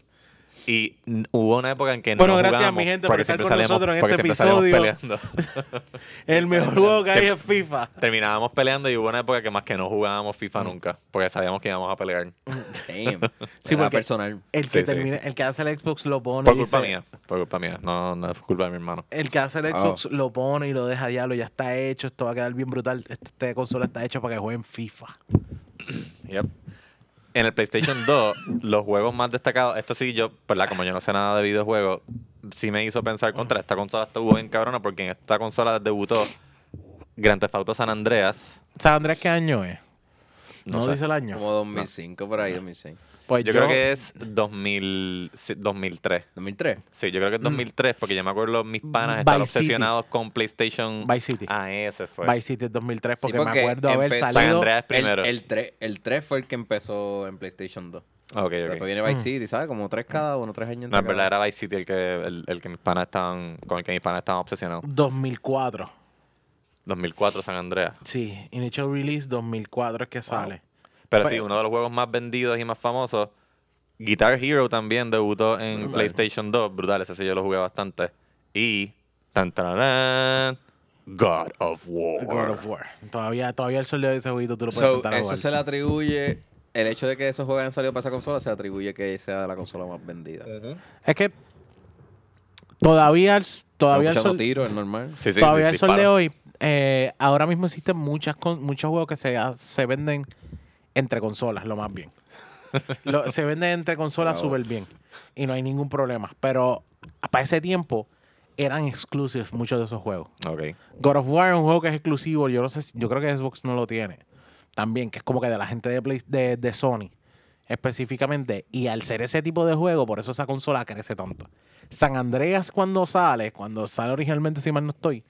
Y n- hubo una época en que
Bueno,
no
gracias,
jugábamos
mi gente, por
porque
estar con
siempre salíamos-
nosotros en
porque
este
siempre salíamos
episodio.
peleando. [laughs]
el mejor juego que hay
Sí.
es FIFA.
Terminábamos peleando y hubo una época que más que no jugábamos FIFA nunca, porque sabíamos que íbamos a pelear.
Damn.
Sí,
Sí,
porque-
personal.
El que,
Sí, sí.
termina, el que hace el Xbox lo pone.
Por
y
culpa
dice-
mía, por culpa mía. No, no es culpa de mi hermano.
El que
Ah.
hace el Xbox lo pone y lo deja diablo. Ya está hecho. Esto va a quedar bien brutal. Este- Esta consola está hecha para que jueguen FIFA.
Yep. En el PlayStation 2, los juegos más destacados, esto sí, yo, ¿verdad? Como yo no sé nada de videojuegos, sí me hizo pensar contra esta consola estuvo bien cabrona porque en esta consola debutó Grand Theft Auto San Andreas.
¿Sabes, Andrés, qué año es? No,
No sé.
dice el año.
Como 2005, por ahí, 2006.
Pues
Yo creo que es 2000, sí, 2003.
2003.
Sí, yo creo que es 2003 porque yo me acuerdo mis panas
Mm. Vice
estaban
City.
obsesionados con PlayStation.
Vice City.
Ah, ese fue.
Vice City 2003 porque,
pues, porque
me acuerdo haber
empezó-
salido.
San
San Andreas
El,
primero.
el, 3, el 3 fue el que empezó en PlayStation 2.
Ok, ok.
O sea, pues viene
Mm.
Vice City, ¿sabes? Como 3 cada uno, 3 años.
No,
entre
en verdad
cada.
era Vice City el que, el, el que mis panas estaban, con el que mis panas estaban obsesionados.
2004.
2004 San Andreas.
Sí, Initial Release 2004 es que sale.
Pero
Pues-
sí, uno de los juegos más vendidos y más famosos. Guitar Hero también debutó en PlayStation 2. Brutal, ese sí yo lo jugué bastante. Y. Tan, tan, tan, God of War.
God of War. Todavía, todavía el sol de ese jueguito tú lo puedes
So,
intentar
eso
jugar.
se le atribuye. El hecho de que esos juegos hayan salido para esa consola se atribuye que sea la consola más vendida.
Es que todavía el, todavía el
Mucho
sol,
tiro, es normal.
Sí, sí,
todavía el sol de
disparo.
hoy. eh, ahora mismo existen muchas con- muchos juegos que se, ha- se venden entre consolas, lo
[laughs]
más bien. Lo- se venden entre consolas
Bravo.
súper bien. Y no hay ningún problema. Pero para ese tiempo eran exclusives muchos de esos juegos.
Ok.
God of War es un juego que es exclusivo. Yo no sé, si- yo creo que Xbox no lo tiene. También, que es como que de la gente de, Play- de, de Sony específicamente. Y al ser ese tipo de juego, por eso esa consola crece tanto. San Andreas cuando sale, cuando sale originalmente, si mal no estoy,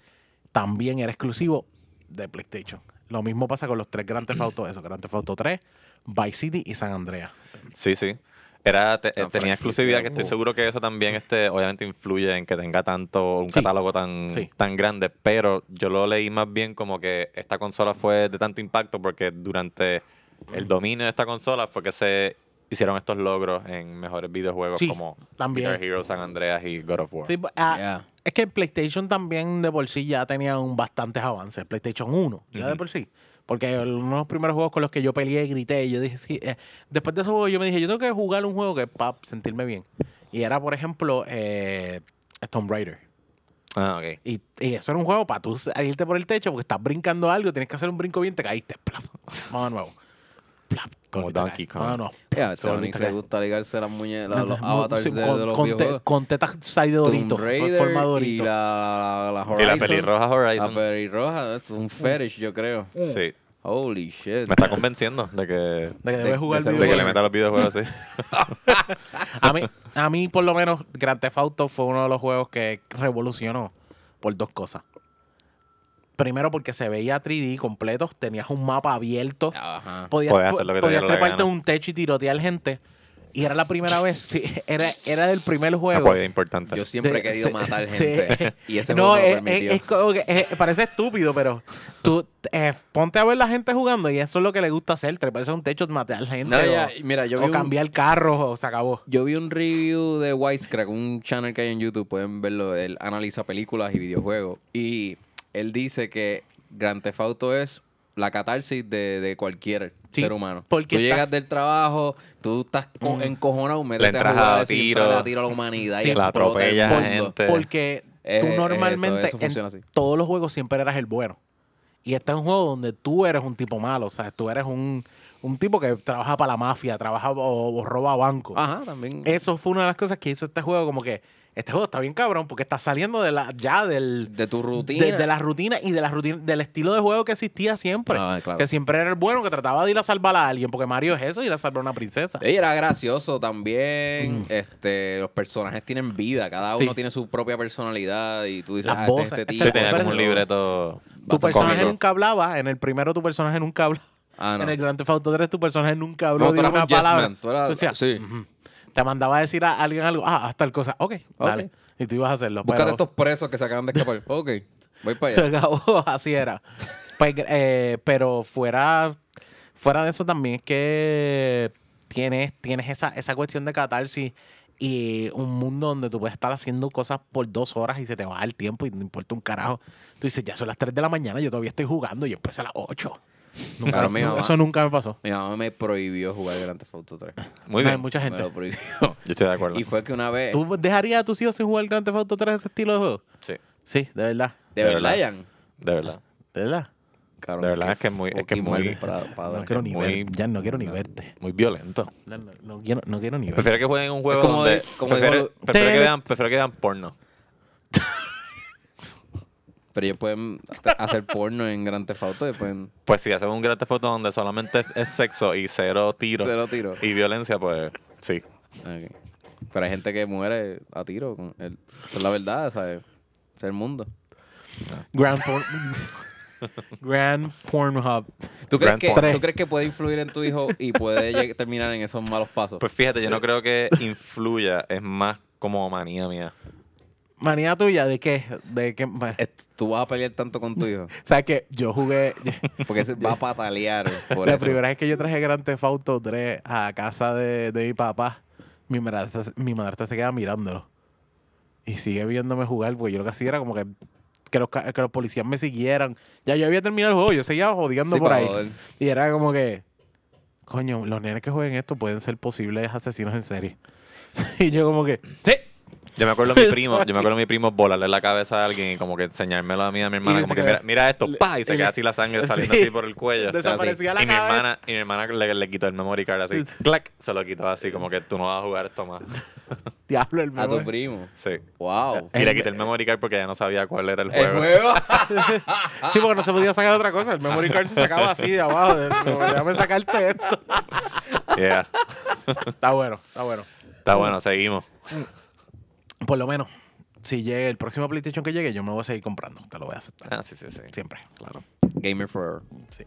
también era exclusivo de PlayStation. Lo mismo pasa con los tres Grand Theft Auto, eso, Grand Theft Auto 3, Vice City y San Andreas.
Sí, sí. Era, te- eh, tenía exclusividad, que estoy
uh.
seguro que eso también este, obviamente influye en que tenga tanto, un
Sí.
catálogo tan,
Sí.
tan grande, pero yo lo leí más bien como que esta consola fue de tanto impacto porque durante el dominio de esta consola fue que se hicieron estos logros en mejores videojuegos
Sí,
como
también.
Guitar Hero, San Andreas y God of War.
Sí, pues, ah,
Yeah.
Es que el PlayStation también de por sí ya tenía un bastantes avances. PlayStation 1, ya de por sí. Porque uno de los primeros juegos con los que yo peleé, grité, yo dije, sí, eh, después de esos juegos yo me dije, yo tengo que jugar un juego que para sentirme bien. Y era, por ejemplo, eh, Tomb Raider.
Ah, ok.
Y, y eso era un juego para tú salirte por el techo porque estás brincando algo, tienes que hacer un brinco bien, te caíste. Plaf, vamos de nuevo. Plaf,
Como
volviste a
Donkey
caer.
Kong.
No, no.
Ya,
Se volviste
Sonic
a
le
caer.
gusta ligarse las muñelas, los
Entonces,
avatars
sí,
de,
con,
de los
con te-
videojuegos.
con tetas side de Dorito,
Tomb Raider
forma de
y
Dorito.
la, la, la
Y la
Horizon.
pelirroja
La
Horizon.
pelirroja, es un fetish, yo creo.
Sí.
Mm.
Holy shit.
Me está convenciendo de que, de
De que debes jugar
de
el
seguro
que
videojuego.
le meta los videojuegos así.
A mí, a mí, por lo menos, Grand Theft Auto fue uno de los juegos que revolucionó por dos cosas. Primero, porque se veía 3D completo, tenías un mapa abierto,
Ajá.
podías,
Podías hacer lo que te
podías
diera la
treparte
gana.
en un techo y tirotear gente. Y era la primera vez, sí, [laughs] era, era del primer
Una
juego.
cualidad importante.
Yo siempre he
De-
querido
se-
matar
se- [laughs]
gente. Y ese
no,
juego me lo
es,
permitió.
es- es como que, eh, parece estúpido, pero tú eh, ponte a ver la gente jugando y eso es lo que le gusta hacer, treparse a un techo, matar gente
No, ya,
o,
mira, yo vi
o
un-
cambiar carros o se acabó.
Yo vi un review de Wisecrack, un channel que hay en YouTube, pueden verlo, él analiza películas y videojuegos. Y él dice que Grand Theft Auto es la catarsis de, de cualquier
Sí,
ser humano.
porque
tú
está-
llegas del trabajo, tú estás co- encojonado, metes
entras a tiro.
a tiro a la humanidad
Sí,
y
la
explota el
atropellas,
mundo.
gente.
Porque
Eh,
tú
eh,
normalmente
eso- eso funciona
en
así.
todos los juegos siempre eras el bueno. Y este es un juego donde tú eres un tipo malo. O sea, tú eres un, un tipo que trabaja para la mafia, trabaja o, o roba bancos.
Ajá, también.
Eso fue una de las cosas que hizo este juego. Como que este juego está bien cabrón porque está saliendo de la, ya del...
de tu rutina.
De, de las rutinas y de las rutinas del estilo de juego que existía siempre.
Ah, claro.
Que siempre era el bueno que trataba de ir a salvar a alguien. Porque Mario es eso, ir a salvar a una princesa.
Ey, era gracioso también. Este, los personajes tienen vida, cada uno
Mm. Sí.
tiene su propia personalidad y tú dices,
Las
ah, este-
voces,
este,
estas
tipo.
Sí, tenía
Pero-
como un libreto.
Tu
bastante
personaje
cómico.
nunca hablaba. En el primero tu personaje nunca hablaba.
Ah, no.
En el Grand Theft Auto 3 tu personaje nunca habló
No, tú
de
eras
una
un yes
palabra.
man, tú eras-
Tú decías,
sí.
"Ujú". Te mandaba a decir a alguien algo, ah, haz tal cosa, ok, dale. Y tú ibas a hacerlo.
Búscate
pero- [laughs]
estos presos que se acaban de escapar. ok, voy para allá.
Acabó, así era. Pues, eh, pero fuera, fuera de eso también es que tienes, tienes esa, esa cuestión de catarsis y un mundo donde tú puedes estar haciendo cosas por dos horas y se te va el tiempo y no importa un carajo. Tú dices, ya son las 3 de la mañana, yo todavía estoy jugando y yo empecé a las 8. Nunca-
Claro, mi mamá.
eso nunca me pasó.
Mi mamá me prohibió jugar Grand Theft Auto 3.
Muy
No,
bien.
hay mucha
Me
gente.
lo prohibió.
Yo estoy de acuerdo.
Y fue que una vez.
¿Tú dejarías a tus hijos sin jugar Grand Theft Auto 3 ese estilo de juego?
Sí,
Sí, de verdad.
¿De
de
verdad,
verdad.
Jan?
de verdad.
De verdad.
Cabrón,
De verdad
qué
es que es muy- es que es
fucking
muy-
mal
[laughs]
para- para-
No quiero ni
muy-
ver, ya no quiero ni verte.
Muy violento.
No, no- no quiero, no quiero ni ver.
Prefiero que jueguen un juego
como
donde.
de- como de
prefiero,
juego-
prefiero
Te-
que vean, prefiero que vean porno.
Pero ellos pueden hasta hacer porno en Grand Theft Auto y pueden.
Pues si hacen un gran foto donde solamente es- es sexo y cero tiro
Cero tiro.
y violencia, pues sí.
Ok. Pero hay gente que muere a tiro. Con el... Esa es la verdad, ¿sabes? Ese Es el mundo.
Grand, Porn- [laughs] Grand Pornhub.
¿Tú crees,
Grand
que,
Porn.
¿Tú crees que puede influir en tu hijo
[laughs]
y puede lleg- terminar en esos malos pasos?
Pues fíjate, yo no creo que influya, es más como manía mía.
Manía tuya, ¿de qué? ¿De qué? ma-
Eh, Tú vas a pelear tanto con tu hijo.
¿Sabes qué? Yo jugué...
Porque se
[laughs]
va a patalear. Por
la
eso.
primera vez que yo traje Grand Theft Auto 3 a casa de, de mi papá, mi madrastra, mi madrastra se queda mirándolo. Y sigue viéndome jugar, porque yo lo que hacía era como que... Que los, ca- que los policías me siguieran. Ya yo había terminado el juego, yo seguía jodiendo
Sí,
por
pa'
ahí.
joder.
Y era como que... Coño, los nenes que jueguen esto pueden ser posibles asesinos en serie. [laughs] y yo como que... Sí.
Yo me acuerdo a mi primo, yo
[laughs]
me acuerdo a mi primo volarle la cabeza a alguien y como que enseñármelo a mí, a mi hermana,
le
como que
saca-
mira, mira esto, pa, y se
le-
queda así la sangre saliendo
[laughs] Sí.
así por el cuello.
Desaparecía la
y mi
cabeza.
hermana, y mi hermana le, le quitó el memory
[laughs]
card así, clac, se lo quitó así, como que tú no vas a jugar esto más.
Diablo, el
A tu
mejor.
primo.
Sí.
Wow.
Eh,
Y le quité el memory card porque ya no sabía cuál era el
El
juego.
juego.
[laughs]
ah.
Sí, porque no se podía sacar otra cosa. El memory card se sacaba así de abajo. de- como, Déjame sacarte
[laughs]
esto.
[laughs] Yeah.
Está bueno, está bueno. [laughs]
Está bueno, seguimos.
Por lo menos, si llega el próximo PlayStation que llegue, yo me lo voy a seguir comprando. Te lo voy a aceptar.
Ah, sí, sí, sí.
Siempre.
Claro.
Gamer Forever.
Sí.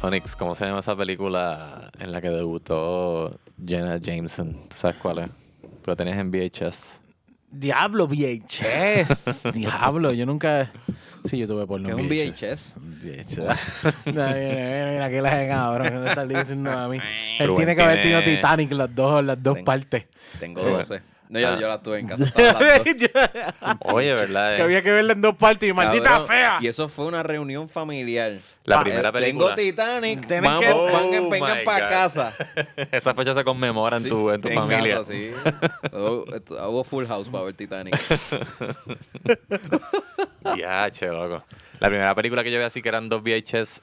Onyx, ¿cómo se llama esa película en la que debutó Jenna Jameson? ¿Tú sabes cuál es? Tú la tenías en VHS.
Diablo,
[laughs]
VHS. Diablo, yo nunca. Sí, yo tuve por
¿Qué es un
VHS. [laughs] mira, mira, mira, que la gente ahora me está diciendo a mí. Él
Rubén
tiene que haber tenido
tiene-
Titanic las dos, las dos
Tengo-
partes.
Tengo 12. No, yo,
Ah.
yo la tuve en
[laughs]
casa. estaba las dos.
Oye, ¿verdad?
que había que verla en dos partes y maldita
Cabrón,
sea.
Y eso fue una reunión familiar.
La
Ah,
primera
Eh,
película.
Tengo Titanic.
Tienen
Vamos,
que-
vengan,
Oh
vengan
my
para
God.
casa.
[laughs] Esa fecha se conmemora en
Sí,
tu, en tu familia. [laughs]
casa, sí. Hubo- Hubo Full House para
[laughs]
ver Titanic.
Ya, che, loco. La primera película que yo vi así que eran dos VHS.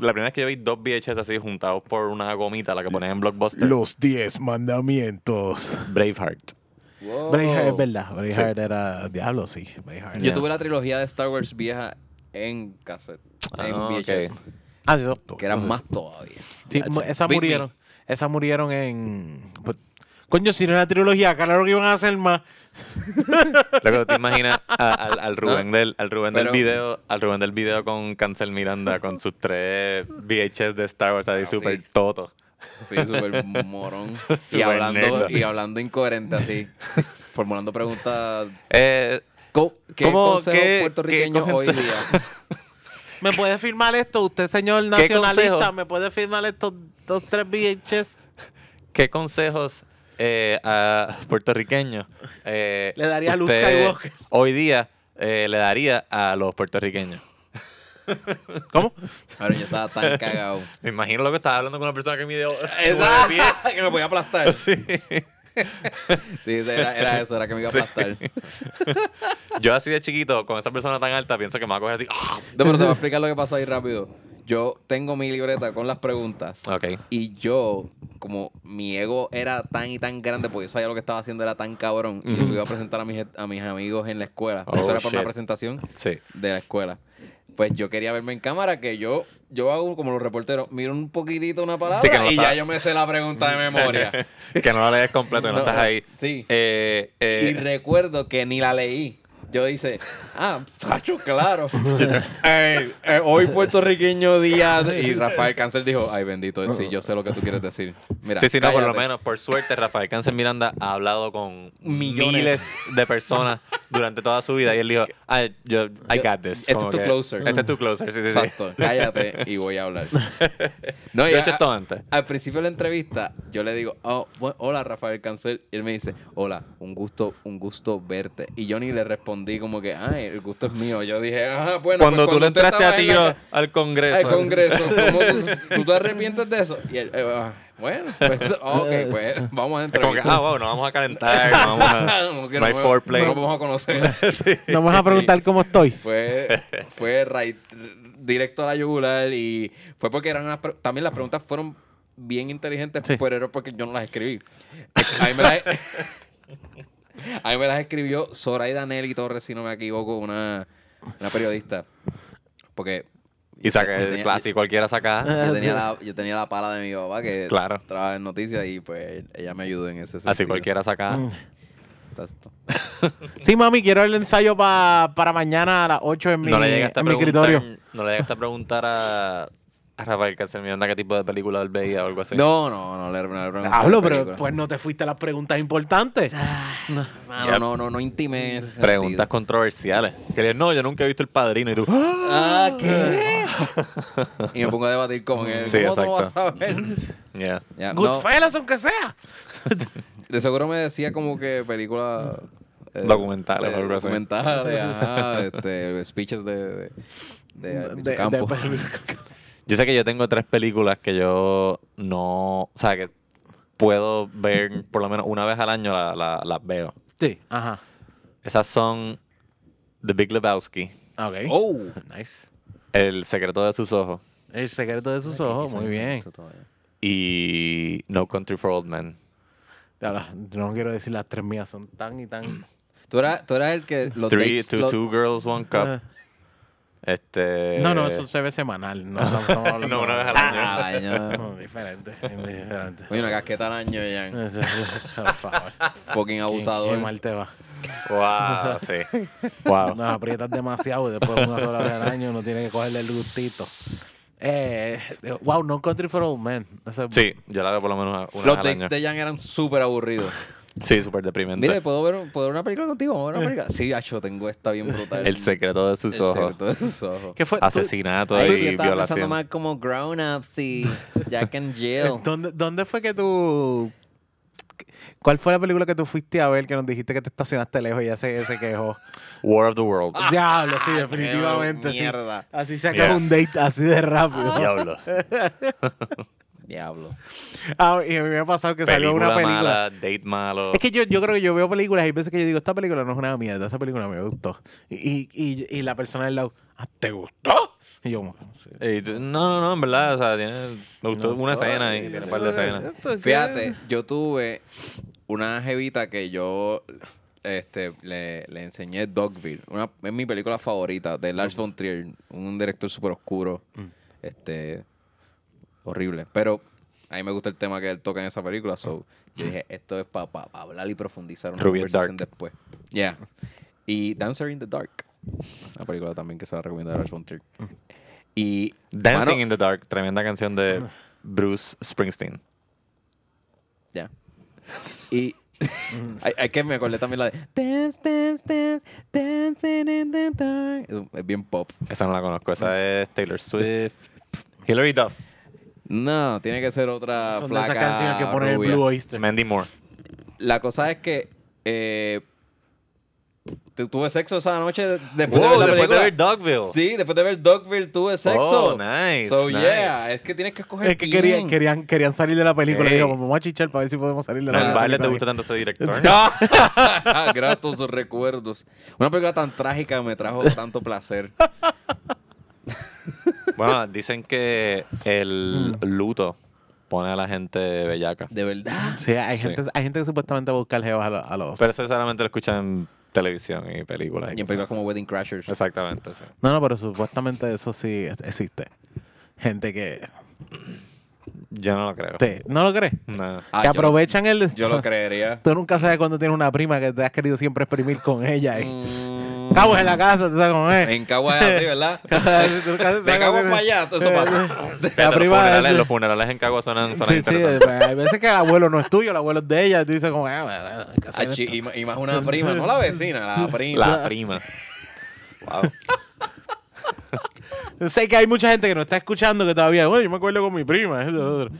La primera vez que yo vi dos VHS así juntados por una gomita, la que pones en Blockbuster.
Los diez mandamientos.
Braveheart.
Wow.
Braveheart es verdad. Braveheart era Diablo, sí. Braveheart.
Oh. Yo
Yeah.
tuve la trilogía de Star Wars vieja en cassette. en
Ah,
VHS.
ok.
Ah, sí, eso-
Que eran más todavía.
Sí, mu- esas murieron. Esas murieron en. pues, Coño, si no era una trilogía, claro que iban a hacer más.
Luego te imaginas a- al, al Rubén del, al Rubén del
pero-
video, al Rubén del video con Cancel Miranda con sus tres VHS de Star Wars ahí
Ah, sí.
súper toto.
Sí, súper morón. y,
[laughs] Súper
hablando,
negro.
y hablando incoherente así. [laughs] formulando preguntas.
Eh,
Co- ¿Qué
¿Cómo-
consejo
qué-
puertorriqueño
qué
hoy
conse-
día?
¿Me puede firmar esto? Usted, señor
consejo?
nacionalista, ¿me puede firmar estos dos, tres VHS?
¿Qué consejos eh, a puertorriqueños eh,
Le daría a Luke
usted
Skywalker.
hoy día eh, le daría a los puertorriqueños?
¿Cómo?
Ahora yo estaba
[laughs]
tan cagado.
Me imagino lo que estaba hablando con una persona que me dio. [laughs]
Exacto. [laughs] que me podía aplastar. Sí, era, era eso, era que me iba a
Sí.
aplastar.
[laughs] Yo así de chiquito, con esa persona tan alta, pienso que me va a coger así. ¡ah!
No, pero te voy a explicar lo que pasó ahí rápido. Yo tengo mi libreta con las preguntas.
Ok.
Y yo, como mi ego era tan y tan grande, porque yo sabía lo que estaba haciendo era tan cabrón, y eso iba a presentar a mis, a mis amigos en la escuela.
Oh,
eso era para una
shit.
presentación
Sí.
de la escuela. Pues yo quería verme en cámara, que yo, yo hago como los reporteros, miro un poquitito una palabra
Sí, que no
y
está-
ya yo me sé la pregunta de memoria.
que no la lees completo, que no,
No,
estás ahí.
sí.
Eh, [laughs] eh,
y recuerdo que ni la leí. Yo dice, ah, Pacho, claro.
[laughs]
[laughs] Ey, eh, hoy puertorriqueño día. de- Y Rafael Cáncer dijo, ay, bendito, sí, yo sé lo que tú quieres decir. Mira,
sí, sí, no, por lo
cállate.
menos, por suerte, Rafael Cáncer Miranda ha hablado con
Millones.
miles de personas durante toda su vida y él dijo, "Ah, yo, I got this.
Este
Como
es tu
que,
closer.
Este es tu closer, sí, sí, sí.
Exacto, cállate y voy a
[laughs]
hablar. No,
Yo
y
he
a-
hecho esto antes.
Al principio de la entrevista, yo le digo, "Oh, bu- hola Rafael Cancel. Y él me dice, hola, un gusto, un gusto verte. Y yo ni le respondí como que, ay, el gusto es mío. Yo dije, ah, bueno.
cuando
pues
tú le
usted
entraste a
estaba en la
tiro
ca-
al Congreso.
al
[laughs]
Congreso, ¿cómo tú, tú te arrepientes de eso? Y él, eh, ah, bueno, pues, ok, pues vamos a
Es
entrar.
como que, ah, wow, nos vamos a calentar, nos vamos
[laughs]
a... no hay foreplay.
No vamos a conocer.
No me vas a
Sí.
preguntar cómo estoy.
[laughs]
Fue, fue right- directo a la yugular y fue porque eran unas pre- también las preguntas fueron bien inteligentes,
Sí.
pero era porque yo no las escribí. A mí me las, e-, [laughs] a mí me las escribió Zoraida Nelly Torres, si no me equivoco, una, una periodista. Porque
Y saca,
Yo tenía- Ah,
así cualquiera
Ah,
saca.
yo tenía, la, yo tenía la pala de mi papá que
Claro.
trabaja en noticias y pues ella me ayudó en ese sentido.
Así cualquiera saca.
Mm. Exacto.
Mm. Sí, mami, quiero el ensayo pa- para mañana a las 8 en mi,
no le llegaste a
en mi
preguntar,
escritorio.
no le llegaste a preguntar a, a Rafael Cáncer Miranda qué tipo de película él veía o algo así.
No, no, no le, no le pregunté
Hablo,
la
pero
película.
pues no te fuiste a las preguntas importantes.
Ah,
Mano, no, no, no intimé. en ese sentido.
Preguntas controversiales. Que le- no, yo nunca he visto El Padrino y tú. ¡ah!
Ah, ¿qué? y me pongo a debatir con él.
Sí,
¿Cómo tú no
exacto.
vas a ver?
Yeah.
Ya, no,
Goodfellas, aunque sea.
de seguro me decía como que películas... eh,
Documentales
eh,
o algo así.
Documentales, ajá, este, speeches de... de de, Alviso
De-
Campo.
de-
Yo sé que yo tengo tres películas que yo no. O sea, que puedo ver por lo menos una vez al año la- la- las veo.
sí, ajá.
Esas son The Big Lebowski,
Ok.
Oh,
Nice.
El secreto de sus ojos
El secreto de sus
[laughs]
ojos, muy bien.
Y No Country for Old Men.
Ahora, No quiero decir las tres mías, son tan y tan.
Tú eras, tú eras el que los
Three,
dates-
two,
los-
two Girls, One Cup. Este...
No, no, eso se ve semanal. No, no,
[laughs] No, una vez
[laughs]
al año.
[laughs] Ah, daño.
Diferente, diferente.
Oye, una casqueta al año, Jan.
Por favor.
Fucking
Qué-
abusador.
Qué mal te va.
[laughs]
Wow, sí. Wow.
Nos aprietas demasiado y después una sola vez al año uno tiene que cogerle el gustito. Eh, wow, No Country for Old Men. Ese-
Sí, yo la veo por lo menos una vez
Los
al año.
dates de Jan eran súper aburridos.
Sí, súper deprimente.
Mire, ¿puedo ver, un- ¿puedo ver una película contigo? ¿Vamos a ver una película? Sí, gacho, tengo esta bien brutal.
Eh. el secreto de sus
El
ojos.
secreto de sus ojos.
¿Qué fue? ¿Tú-
Asesinato
Ahí yo
y
estaba pensando
violación.
más como Grown
[laughs]
Ups y Jack and
eh,
Jill.
¿dónde, ¿Dónde fue que tú.? ¿Cuál fue la película que tú fuiste a ver que nos dijiste que te estacionaste lejos y ya se, se quejó?
War of the World.
[laughs]
[laughs]
Diablo, sí, definitivamente. sí.
mierda.
Así sacas
Yeah.
un date así de rápido. [laughs]
Diablo.
Diablo.
Ah, y a mí me ha pasado que salió una
Película
película.
mala, date malo.
Es que yo, yo creo que yo veo películas y veces que yo digo, esta película no es una mierda, esta película me gustó. Y, y, y la persona del lado, "Ah, ¿te gustó? Y yo, como, "Sí".
Eh, tú- no, no, no, en verdad, o sea, tiene, me gustó una escena y tiene un par de escenas.
Fíjate, yo tuve una jevita que yo este, le, le enseñé Dogville. Una, es mi película favorita de Lars von Trier, un director súper oscuro.
Mm.
Este, horrible. Pero a mí me gusta el tema que él toca en esa película. So, yo dije, esto es para hablar y profundizar una
Ruby
conversación
Dark.
después. Yeah. Y Dancer in the Dark. Una película también que se la recomiendo de Lars von Trier. Y
Mm. Dancing
mano,
in the Dark, tremenda canción de Bruce Springsteen.
Ya. Y [laughs] hay, hay que me acordé también la de Dance, dance, dance, dancing in the dark. Es un- Es bien pop.
Esa no la conozco, esa es Taylor Swift. Hilary Duff,
No, tiene que ser otra
Son de
flaca
esas canciones que pone el
rubia.
Blue Oyster.
Mandy Moore.
La cosa es que eh, tu- tuve sexo esa noche de-
Wow,
después de ver la
Oh, después de
película.
ver Dogville.
Sí, después de ver Dogville tuve sexo.
Oh, nice,
So
nice.
yeah, eh, es que tienes que escoger
Es que querían,
bien.
querían, querían salir de la película.
Ey.
Y digo, vamos a chichar para ver si podemos salir de
No,
la
el
película.
baile te gusta tanto ese director.
[laughs] [laughs] Ah, gratos recuerdos. Una película tan trágica me trajo tanto placer.
Bueno, dicen que el
Mm.
luto pone a la gente bellaca.
De verdad.
[laughs] Sí, hay, Gente, hay gente que supuestamente va a buscar jevas a, lo- a los...
Pero eso solamente lo escuchan en televisión y películas.
Y en películas como Wedding Crashers.
Exactamente, sí.
No, no, pero supuestamente eso sí es- existe. Gente que...
Yo no lo creo.
te- ¿No lo crees?
No.
Ah,
que
yo lo-
aprovechan el...
Yo
[laughs]
lo creería.
Tú nunca sabes cuando tienes una prima que te has querido siempre exprimir con ella. Y... Cabos en la casa, tú sabes cómo es.
Mm.
[laughs]
En Cagua es así, ¿verdad? [laughs]
De
De Cagua para allá, todo eso
[laughs]
[laughs] pasa.
La
los,
prima. [laughs]
funerales, los funerales en Cagua suenan, suenan
Sí, sí,
interesantes.
pues, hay veces que el abuelo no es tuyo, el abuelo es de ella, y tú dices como, ah, bueno, hay que hacer
Ah, chi-
esto.
y, ma- y más una prima, no la vecina, la prima.
La prima. Wow.
Yo sé que hay mucha gente que nos está escuchando que todavía, bueno, yo me acuerdo con mi prima. esto, lo otro".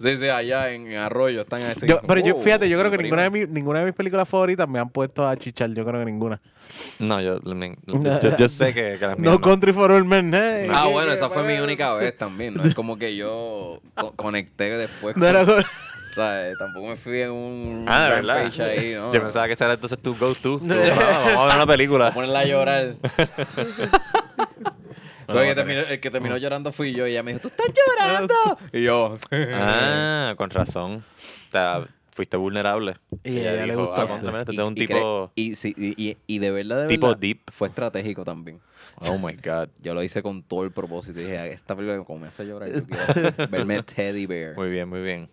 Sí, sí, allá en Arroyo están así. uh,
Yo- pero yo,
Wow,
fíjate, yo creo
Oh, mi
que ninguna de,
prima.
mis, ninguna de mis películas favoritas me han puesto a chichar, yo creo que ninguna.
No, yo, yo,
[laughs]
yo sé que, que las mías
No Country for All Men, eh.
Ah,
Eh,
bueno,
eh,
esa fue mi
bueno.
única vez también. ¿no? Es como que yo co- conecté después.
No era
con-
con-
O sea, eh, tampoco me fui en un
Ah, de verdad.
rampage ahí, ¿no?
Yo pensaba que esa era entonces tu
[laughs]
go-to. Tú, "Ah, vamos a ver una película.
Ponerla
[laughs]
a llorar.
No,
el, que
no,
terminó, el que terminó llorando fui yo y ella me dijo, ¡Tú estás
[laughs]
llorando! Y yo,
Ah, con razón. O sea, fuiste vulnerable.
Y a ella le gustó.
Ah, contra, mira, tú eres un
y
tipo...
cre- y, sí, y, y- y de verdad, de
Tipo
verdad,
deep.
Fue estratégico también.
Oh, my God.
Yo lo hice con todo el propósito. Y Dije, esta película como me hace
[laughs]
llorar, yo quiero verme Teddy Bear.
Muy bien, muy bien.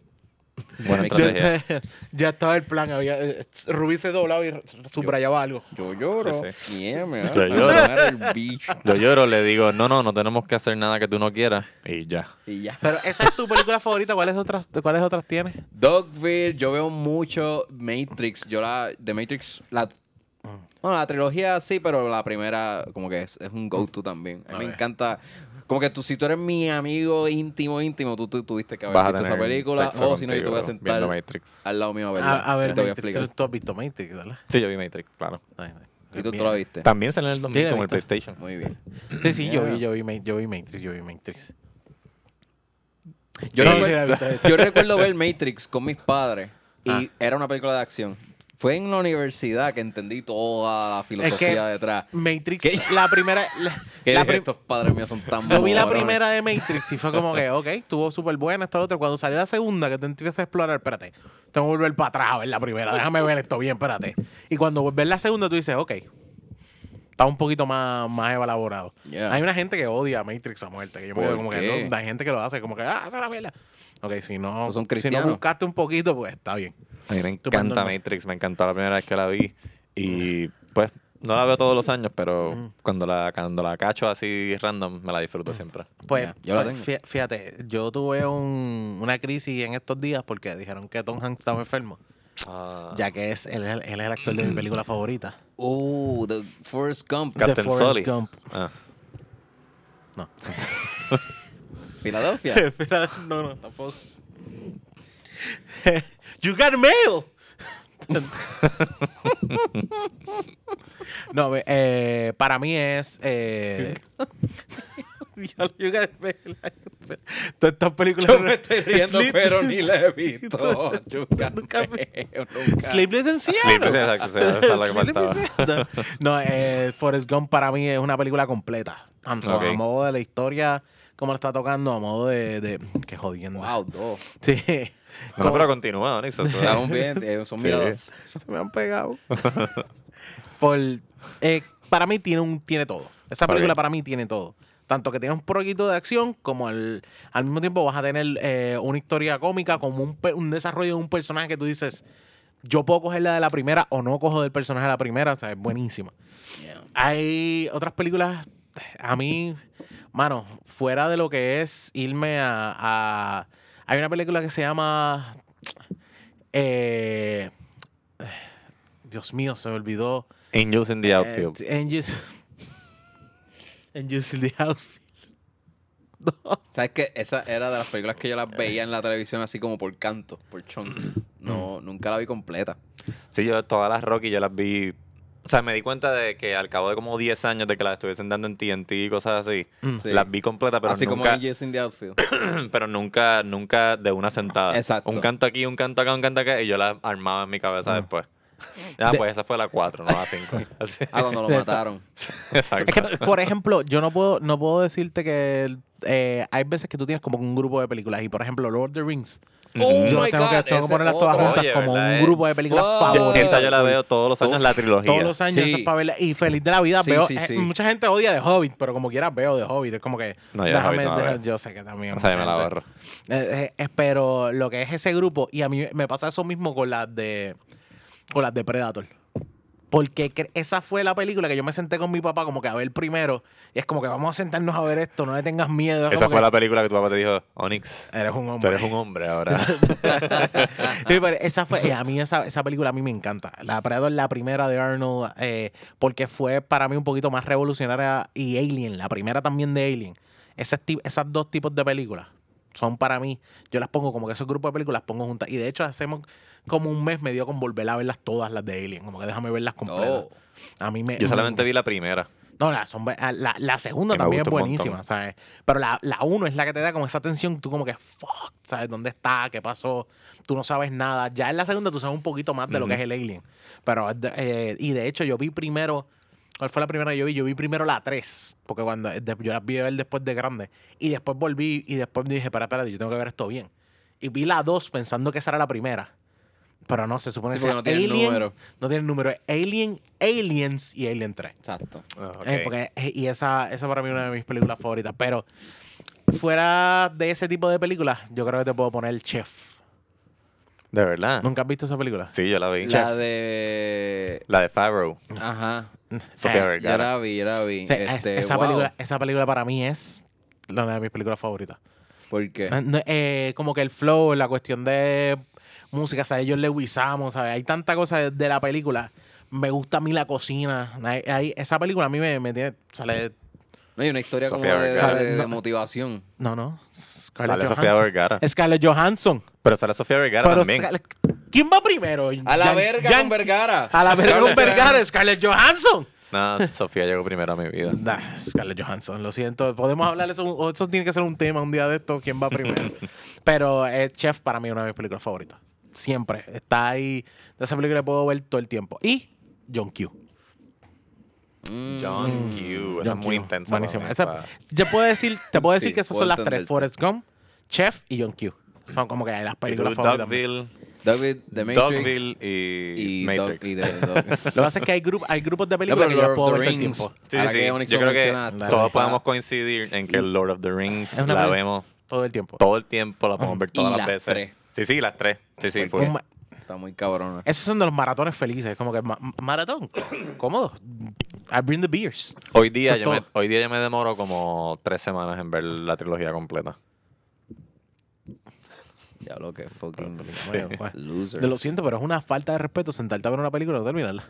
Buena
Me
estrategia.
[laughs] [laughs] Ya estaba el plan, había, eh, Rubí se doblaba y subrayaba algo.
Yo lloro.
Sí,
Y ella me
Yo
va a
lloro.
llorar el bicho.
Yo lloro, le digo, no, no, no tenemos que hacer nada que tú no quieras. Y ya.
Y ya.
Pero esa es tu película favorita, ¿cuáles otras, cuáles otras tienes?
Dogville, yo veo mucho Matrix. Yo la. De Matrix, la. Bueno, la trilogía sí, pero la primera, como que es, es un go-to también. A mí
A
me
ver.
encanta. Como que tú, si tú eres mi amigo íntimo, íntimo, tú, tú tuviste que haber
Vas a
visto
tener
esa película.
sexo
O si no, yo te voy a
contigo
sentar
Viendo Matrix.
al lado mío a verla.
Ah, A, a
Pues Te
ver,
voy a
Matrix, tú,
explicar.
tú has visto Matrix, ¿verdad?
Sí, yo vi Matrix, claro.
Y tú, tú la viste.
También salió en el 2000
Sí, la
como el
he visto.
PlayStation.
Muy bien.
Sí, sí, yo vi,
Yeah.
yo vi, Ma- yo vi Matrix, yo vi Matrix.
Yo,
Sí,
recuerdo,
sí, la he visto, la he visto.
Ah.
yo recuerdo ver Matrix con mis padres. Y era una película de acción. Fue en la universidad que entendí toda la
Es
filosofía
que
detrás.
Matrix, la primera.
[laughs]
La,
Que
la
dije,
prim-
estos padres míos son tan
Yo vi la
morones".
primera de Matrix y fue como que, ok, estuvo súper buena, esto, lo otro. Cuando salió la segunda, que te empiezas a explorar, espérate, tengo que volver para atrás a ver la primera, déjame ver esto bien, espérate. Y cuando ves la segunda, tú dices, ok, está un poquito más, más elaborado.
Yeah.
Hay una gente que odia a Matrix a muerte, que yo me
¿Por
quedo como
qué?
que, no, hay gente que lo hace, como que, ah, es una mierda. Ok, si no,
Pues son
si no
cristianos.
buscaste un poquito, pues está bien.
A mí me
Tú, Brandon,
encanta
¿no?
Matrix, me encantó la primera vez que la vi. Y pues no la veo todos los años,
Mm.
pero cuando la, cuando la cacho así random, me la disfruto siempre.
Pues,
Ya, yo la
pues,
tengo.
fí- fíjate, yo tuve un- una crisis en estos días porque dijeron que Tom Hanks estaba enfermo.
Ah.
Ya que es, él, es el- él es el actor de mi película favorita.
Oh, The Forrest Gump.
Ca-
Captain
Forrest
Sully.
Gump.
Ah.
No. [laughs]
Filadelfia.
Espera, no, no, tampoco. you got
[laughs]
mail. no, ve, eh, para mí es.
[laughs]
Eh, Diablo, you got mail. Todas estas películas.
Yo me estoy riendo,
Sleep-
pero ni la
[laughs]
he visto. Yo
Nunca
nunca
me-
veo, nunca.
Sleepless in Seattle.
Sleepless, exacto,
[laughs]
esa es la que faltaba.
Sleepless in Seattle. No, eh, Forrest Gump para mí es una película completa. Tanto
Ok.
a modo de la historia, como la está tocando, a modo de. de qué jodiendo.
Wow, dos.
[laughs] Sí.
No, no, pero continúa, Onyx. eso-
[laughs]
Estamos bien, eh, son
Sí.
miradas.
Se me han pegado. [laughs] Por, eh, para mí tiene, un, tiene todo. Esa película
Ok.
para mí tiene todo. Tanto que tiene un poquito de acción, como al, al mismo tiempo vas a tener eh, una historia cómica, como un, pe- un desarrollo de un personaje que tú dices, yo puedo coger la de la primera o no cojo del personaje de la primera. O sea, es buenísima. Hay otras películas, a mí, mano, fuera de lo que es irme a... a- hay una película que se llama... eh, Dios mío, se me olvidó.
Angels in the Outfield.
Eh, [laughs] Angels, Angels in the Outfield.
¿Sabes qué? Esa era de las películas que yo las veía en la televisión así como por canto, por chon.
Mm.
No, nunca la vi completa.
Sí, yo todas las Rocky yo las vi. O sea, me di cuenta de que al cabo de como 10 años de que las estuviesen dando en TNT y cosas así,
Sí.
las vi completas, pero
así como
nunca,
en Jason the Outfield.
[clears throat] pero nunca, nunca de una sentada.
Exacto.
Un canto aquí, un canto acá, un canto acá, y yo las armaba en mi cabeza después. Ah, pues esa fue la 4, no la [laughs] 5.
[laughs]
Ah, cuando lo mataron.
Es que,
Exacto.
por ejemplo, yo no puedo, no puedo decirte que eh, hay veces que tú tienes como un grupo de películas. Y por ejemplo, Lord of the Rings.
Oh
yo
my
tengo que,
God,
tengo que
ese
ponerlas todas
otro.
juntas
Oye,
como
¿verdad,
un
eh?
grupo de películas
Fuck.
Yo-
favoritas.
esa yo la veo todos los años, la trilogía.
Todos los años
Sí.
esas pavelas. Y feliz de la vida
Sí,
veo.
sí,
eh,
sí.
mucha gente odia de Hobbit, pero como quiera veo de Hobbit. Es como que.
No, yo de
déjame,
Hobbit no la
deja-
veo.
yo sé que también.
O sea, yo me la
gente-
ahorro.
Eh, eh, eh, pero lo que es ese grupo, y a mí me pasa eso mismo con las de con las de Predator. Porque cre- esa fue la película que yo me senté con mi papá como que a ver primero. Y es como que vamos a sentarnos a ver esto, no le tengas miedo. Es
Esa
como
fue
que,
la película que tu papá te dijo, Onyx,
Eres un
tú
hombre.
eres un hombre ahora.
[laughs] Sí, pero esa fue, eh, a mí esa, esa película a mí me encanta. La Predator, la primera de Arnold, eh, porque fue para mí un poquito más revolucionaria. Y Alien, la primera también de Alien. Ese ti- esas dos tipos de películas son para mí, yo las pongo como que esos grupos de películas las pongo juntas. Y de hecho hacemos como un mes me dio con volver a verlas todas las de Alien, como que déjame verlas completas.
Oh.
A mí me...
Yo solamente vi la primera.
No, la, son- ah, la, la segunda
Que me
también es
gusta un
buenísima,
montón.
¿sabes? Pero la, la uno es la que te da como esa tensión, tú como que, fuck, ¿sabes? ¿Dónde está? ¿Qué pasó? Tú no sabes nada. Ya en la segunda tú sabes un poquito más de lo que es el alien. Pero, es de- eh, y de hecho yo vi primero, ¿cuál fue la primera que yo vi? Yo vi primero la 3, porque cuando eh, de- yo las vi ver después de grande. Y después volví y después dije, espera, espera, yo tengo que ver esto bien. Y vi la 2 pensando que esa era la primera. Pero no, se supone
Sí,
que sea
porque no tiene el
Alien,
número.
No tiene el número. es Alien, Aliens y Alien 3.
Exacto.
Eh, porque- eh, y esa, esa para mí es una de mis películas favoritas. Pero fuera de ese tipo de películas, yo creo que te puedo poner Chef.
De verdad.
¿Nunca has visto esa película?
Sí, yo la vi.
La de.
La de Farrow.
Eh, Ajá.
Sofía
Eh,
Ya
Vergara.
la vi, ya la vi.
O sea, es-
Este,
esa,
wow.
película, esa película para mí es una de mis películas favoritas.
¿Por qué?
No, eh, como que el flow, la cuestión de música, ¿sabes? Ellos le guisamos, ¿sabes? Hay tanta cosa de, de la película. Me gusta a mí la cocina. Hay- hay- esa película a mí me, me tiene... Sale...
No hay una historia
Sofía
como de,
Vergara.
de- de
No.
motivación.
No, no.
Sale Sofía Vergara.
Scarlett Johansson.
Pero sale Sofía Vergara
Pero
también.
Scarlett- ¿Quién va primero?
A la
Yan-
verga
Yan-
con Vergara.
A la verga con Vergara, Scarlett Johansson.
No, Sofía llegó primero a mi vida.
Nah, Scarlett Johansson, lo siento. Podemos hablar eso. o [laughs] Eso tiene que ser un tema un día de esto. ¿Quién va primero? Pero eh, Chef para mí es una de mis películas favoritas. siempre. Está ahí. De esa película la puedo ver todo el tiempo. Y John Q.
Mm.
John Q. Esa
Mm.
es
John
muy
Q.
intensa.
Buenísima.
para mí,
Esa-
pa-
Yo puedo decir, te puedo decir
Sí,
que esas
puedo
son las
entenderte.
tres. Forrest Gump, Chef y John Q. Son como que las
Y tú,
películas favoritas. mías.
Dogville,
David, The Matrix
Dogville y,
y, Dog,
Matrix.
y The- Dog.
Lo que pasa es que hay, grup- hay grupos de películas que yo las puedo ver todo el tiempo.
Sí,
Ahora
sí,
que
sí.
Onyx
Yo creo
menciona,
que
Nah,
todos
sí.
podemos coincidir en que Lord of the Rings
Es una
la
peli-
vemos
Todo el tiempo.
todo el tiempo, la podemos ver
Y
todas las
las
veces.
tres. Pues,
Sí, sí, las tres. Sí, sí, fue.
Un ma-
Está
[laughs]
muy cabrona.
Esos son de los maratones felices. Como que ma- maratón. Cómodo. I bring the beers.
Hoy día,
Eso
yo
es
me,
todo.
hoy día yo me demoro como tres semanas en ver la trilogía completa.
Ya lo que fucking
Bueno, pues,
loser.
te lo siento, pero es una falta de respeto sentarte a ver una película y no terminarla.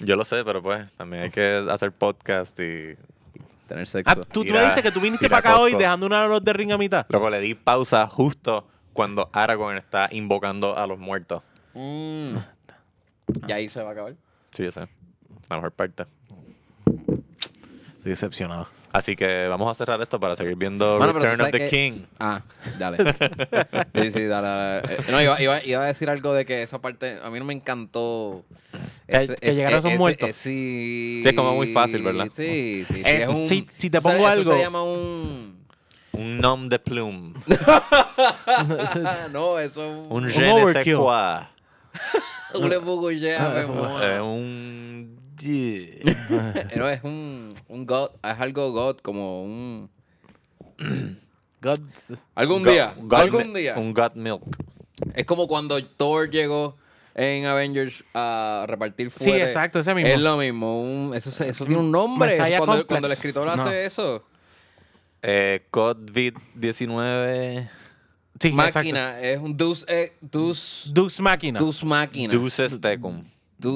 Yo lo sé, pero pues también hay que hacer podcast y...
Tener sexo.
Ah, tú, tú
Ir a-
me dices que tú viniste
ir a
para acá hoy
Costco.
dejando una Lord de Ring a mitad.
Luego le di pausa justo cuando Aragorn está invocando a los muertos.
Mm. Y ahí se va a acabar.
Sí, yo sé. La mejor parte.
Estoy decepcionado.
Así que vamos a cerrar esto para seguir viendo
Mano, pero tú
Return of
sabes
the
que-
King.
Ah,
[laughs]
dale. Sí, sí, dale. dale. Eh, No, iba, iba- iba a decir algo de que esa parte a mí no me encantó.
Que- que llegaron esos
ese-
muertos.
eh, sí.
Sí, es como muy fácil, ¿verdad?
Sí, sí. sí,
Eh,
es un-
si- si te
eso-
pongo
eso
algo-
se llama un. [laughs]
Un nom de plume.
Ah, no, eso es un.
Un
Un
je ne sais
overkill.
quoi.
[laughs]
[laughs]
Un rebugullea, me
Eh,
mola.
un...
Eh, No, es un. Un god. Es algo god, como un.
God.
Algún
Gut-
día.
gut
algún
mi-
día.
Un gut milk.
Es como cuando Thor llegó en Avengers a repartir
Sí,
fuego.
exacto, ese mismo.
Es lo mismo. un- eso, se- eso tiene un nombre.
Messiah
Cuando,
Complex.
cuando el escritor
No.
hace eso.
Eh, COVID-19.
Sí, exacto.
máquina. Es un Deus, eh, Deus,
Dux Máquina.
Deus Máquina. Deus,
Deuces Tecum.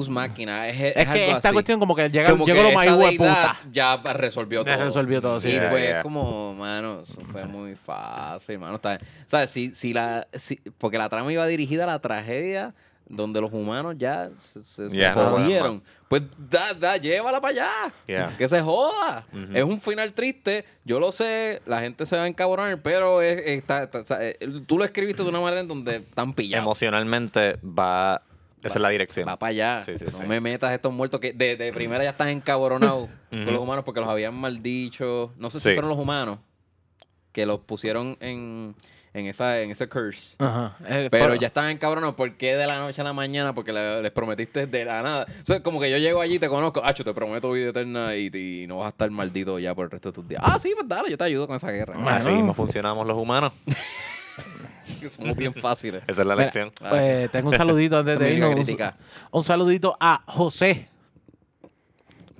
Máquina. Es, es
Es
algo
que esta
así.
cuestión como que llega,
Como
llegó
que
lo más
esta
hijo de
deidad
puta.
Ya resolvió
Ya
todo.
resolvió todo, sí,
Y
ya,
pues
ya.
es como, mano, eso fue muy fácil, mano. Está, ¿Sabes? Si, si la, si- porque la trama iba dirigida a la tragedia donde los humanos ya se, se, se
Ya, no pueden
jodieron. Pues da, da, llévala para allá.
Ya.
Que se joda. Es un final triste. Yo lo sé, la gente se va a encabronar, pero es- está- está- o sea, eh, tú lo escribiste de una manera en donde están pillados.
Emocionalmente va. Esa es la dirección.
Va para allá.
Sí, sí,
no
sí.
me metas estos muertos que de, de primera ya
[laughs]
están encabronados con los humanos porque los habían maldicho. No sé si
Sí.
fueron los humanos que los pusieron en, en, esa, en ese curse.
Ajá. Eh,
Pero
fueron-
ya estaban encabronados. ¿Por qué de la noche a la mañana? Porque le- les prometiste de la nada. O sea, como que yo llego allí y te conozco. Acho, te prometo vida eterna y, y no vas a estar maldito ya por el resto de tus días. Ah, sí, pues dale, yo te ayudo con esa guerra.
Bueno.
Así mismo funcionamos los humanos.
[laughs] Que Somos
[laughs]
bien fáciles.
Esa es la
Mira,
lección.
eh, tengo un
[laughs]
saludito antes
Eso me
de
dio
irnos. Un,
crítica.
un saludito a José.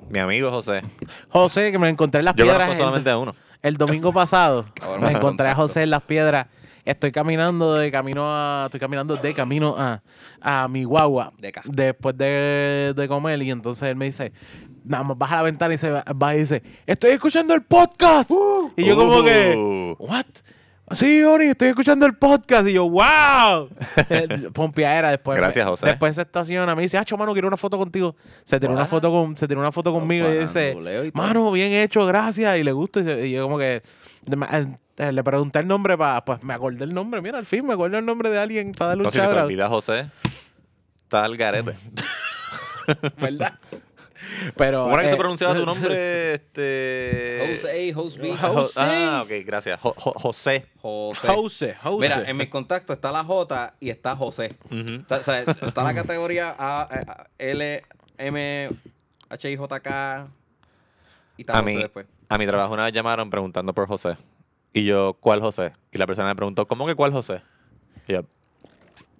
Mi amigo José.
José, que me encontré en las
Yo
piedras.
conozco
el-
solamente a uno.
El domingo
[laughs]
pasado
Ahora
me
me
encontré a
contacto.
José en las piedras. Estoy caminando de camino a. Estoy caminando de camino a, a mi guagua.
De acá.
Después de, de comer. Y entonces él me dice. Nada más baja la ventana y se va, va y dice, estoy escuchando el podcast.
Uh.
y yo como que,
Uh.
what? Sí, Oni, estoy escuchando el podcast. Y yo,
[laughs]
wow. Pompeadera después.
Gracias,
me-
José.
Después se estaciona, me dice, ah, mano, quiero una foto contigo. Se tiró una
What?
foto con, se tiró una foto conmigo y dice,
faranduleo y todo.
mano, "Oh, bien hecho, gracias. Y le gusta. Y se- Y yo como que de ma- eh, le pregunté el nombre para, pues me acordé el nombre. Mira, al fin me acuerdo el nombre de alguien para darle un
No sé si se te
shout-out. Mm.
olvida José. Está al garete.
¿Verdad? [laughs] Pero,
¿Cómo era que se
eh,
pronunciaba tu nombre? Este.
Jose, host B,
Jo- Ah, ok, gracias. Jo- Jo- José.
José.
Jose, Jose.
Mira, en mis contactos está la J y está José. está, o sea, está la categoría A, eh, A, A, L, M, H, I, J, K. Y está
A
José
mí,
después.
a mi trabajo una vez llamaron preguntando por José. Y yo, ¿cuál José? Y la persona me preguntó, ¿cómo que cuál José? Y yo,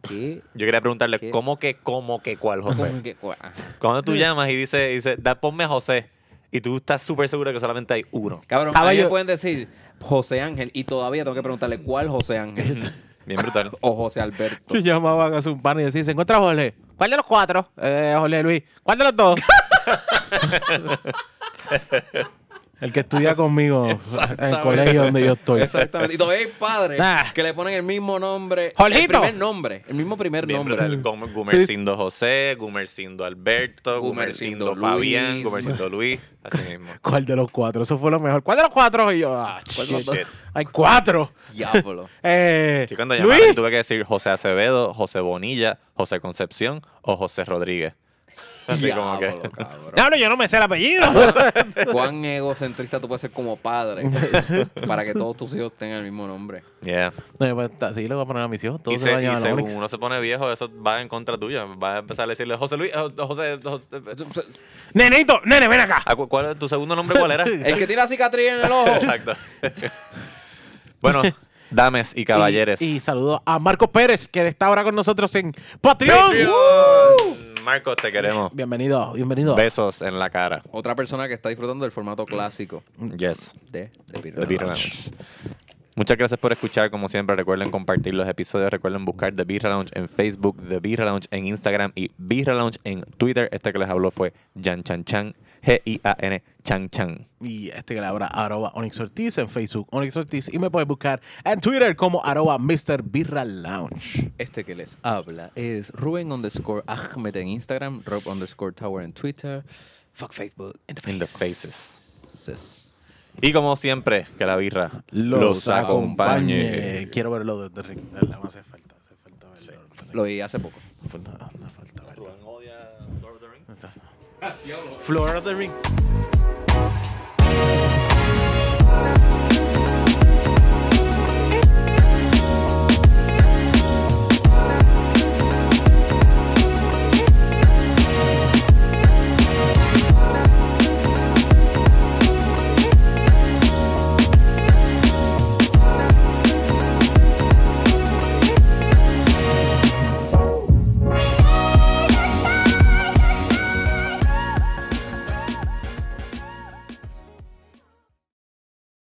¿Qué?
yo quería preguntarle,
¿Qué?
¿cómo que, cómo que cuál José?
¿Cómo que cuál?
Cuando
[laughs]
tú llamas y dices, dice, da, ponme a José, y tú estás súper seguro que solamente hay uno.
Cabrón, a mí
Caballo-
me pueden decir José Ángel y todavía tengo que preguntarle cuál
[laughs]
José Ángel
Bien brutal.
o José
[laughs]
Alberto.
Yo llamaba a un pan y decía, ¿se encuentra Jorge? ¿Cuál de los
[laughs]
cuatro? Eh, Jorge Luis. ¿Cuál de los dos? El que estudia conmigo en el colegio donde yo estoy.
Exactamente. Y todavía hay padres
Ah.
que le ponen el mismo nombre. El
¡Jorgito!
primer nombre. El mismo primer
Bien
nombre.
brutal. Gom- Gumercindo José, Gumercindo Alberto,
Gumercindo
Gumercindo
Luis.
Fabián, Gumercindo Luis. Así mismo.
¿Cuál de los cuatro? Eso fue lo mejor. ¿Cuál de los cuatro? Y yo, ah,
¿Cuál de los
shit.
dos?
Hay cuatro.
Diablo.
Eh,
Sí, cuando
Luis.
llamaron tuve que decir José Acevedo, José Bonilla, José Concepción o José Rodríguez. [laughs] Así como que.
Diablo, cabrón.
Diablo, yo no me sé el
[laughs]
apellido.
Cuán egocentrista tú puedes ser
[laughs]
como padre para que todos tus hijos tengan el mismo nombre.
Yeah.
no, pues, así le voy a poner a mis hijos.
Y,
Todos se
se-
van a
y
llamar
según
Onyx.
uno se pone viejo, eso va en contra tuya. Va a empezar a decirle José Luis, eh, José. José- eh".
Nenito, nene, ven acá.
Ah, cu- ¿Cuál es tu segundo nombre?
[laughs]
¿Cuál era?
El que tiene la cicatriz en el
[laughs]
ojo.
Exacto. bueno, dames y caballeros.
Y, y saludo a Marco Pérez, que está ahora con nosotros en Patreon. ¡Uh!
Marcos, te queremos.
Bienvenido, bienvenido.
Besos en la cara.
Otra persona que está disfrutando del formato clásico
Yes.
de The Beer
The Beer Lounge. Muchas gracias por escuchar, como siempre. Recuerden compartir los episodios. Recuerden buscar The Birra Lounge en Facebook, The Birra Lounge en Instagram y Birra Lounge en Twitter. Este que les habló fue Jan Chan Chan, G-I-A-N Chan Chan.
Y este que le habla, arroba Onyx Ortiz en Facebook, Onyx Ortiz. Y me puedes buscar en Twitter como arroba Mr. Birra Lounge.
Este que les habla es Rubén underscore Ahmed en Instagram, Rob underscore Tower en Twitter. Fuck Facebook. in the
In the
face.
faces. Y como siempre, que la birra
Quiero verlo de, de Rick. de verdad, me hace falta. Hace falta verlo.
Lo vi hace poco.
Hace falta, hace falta verlo. Floor of the Rings.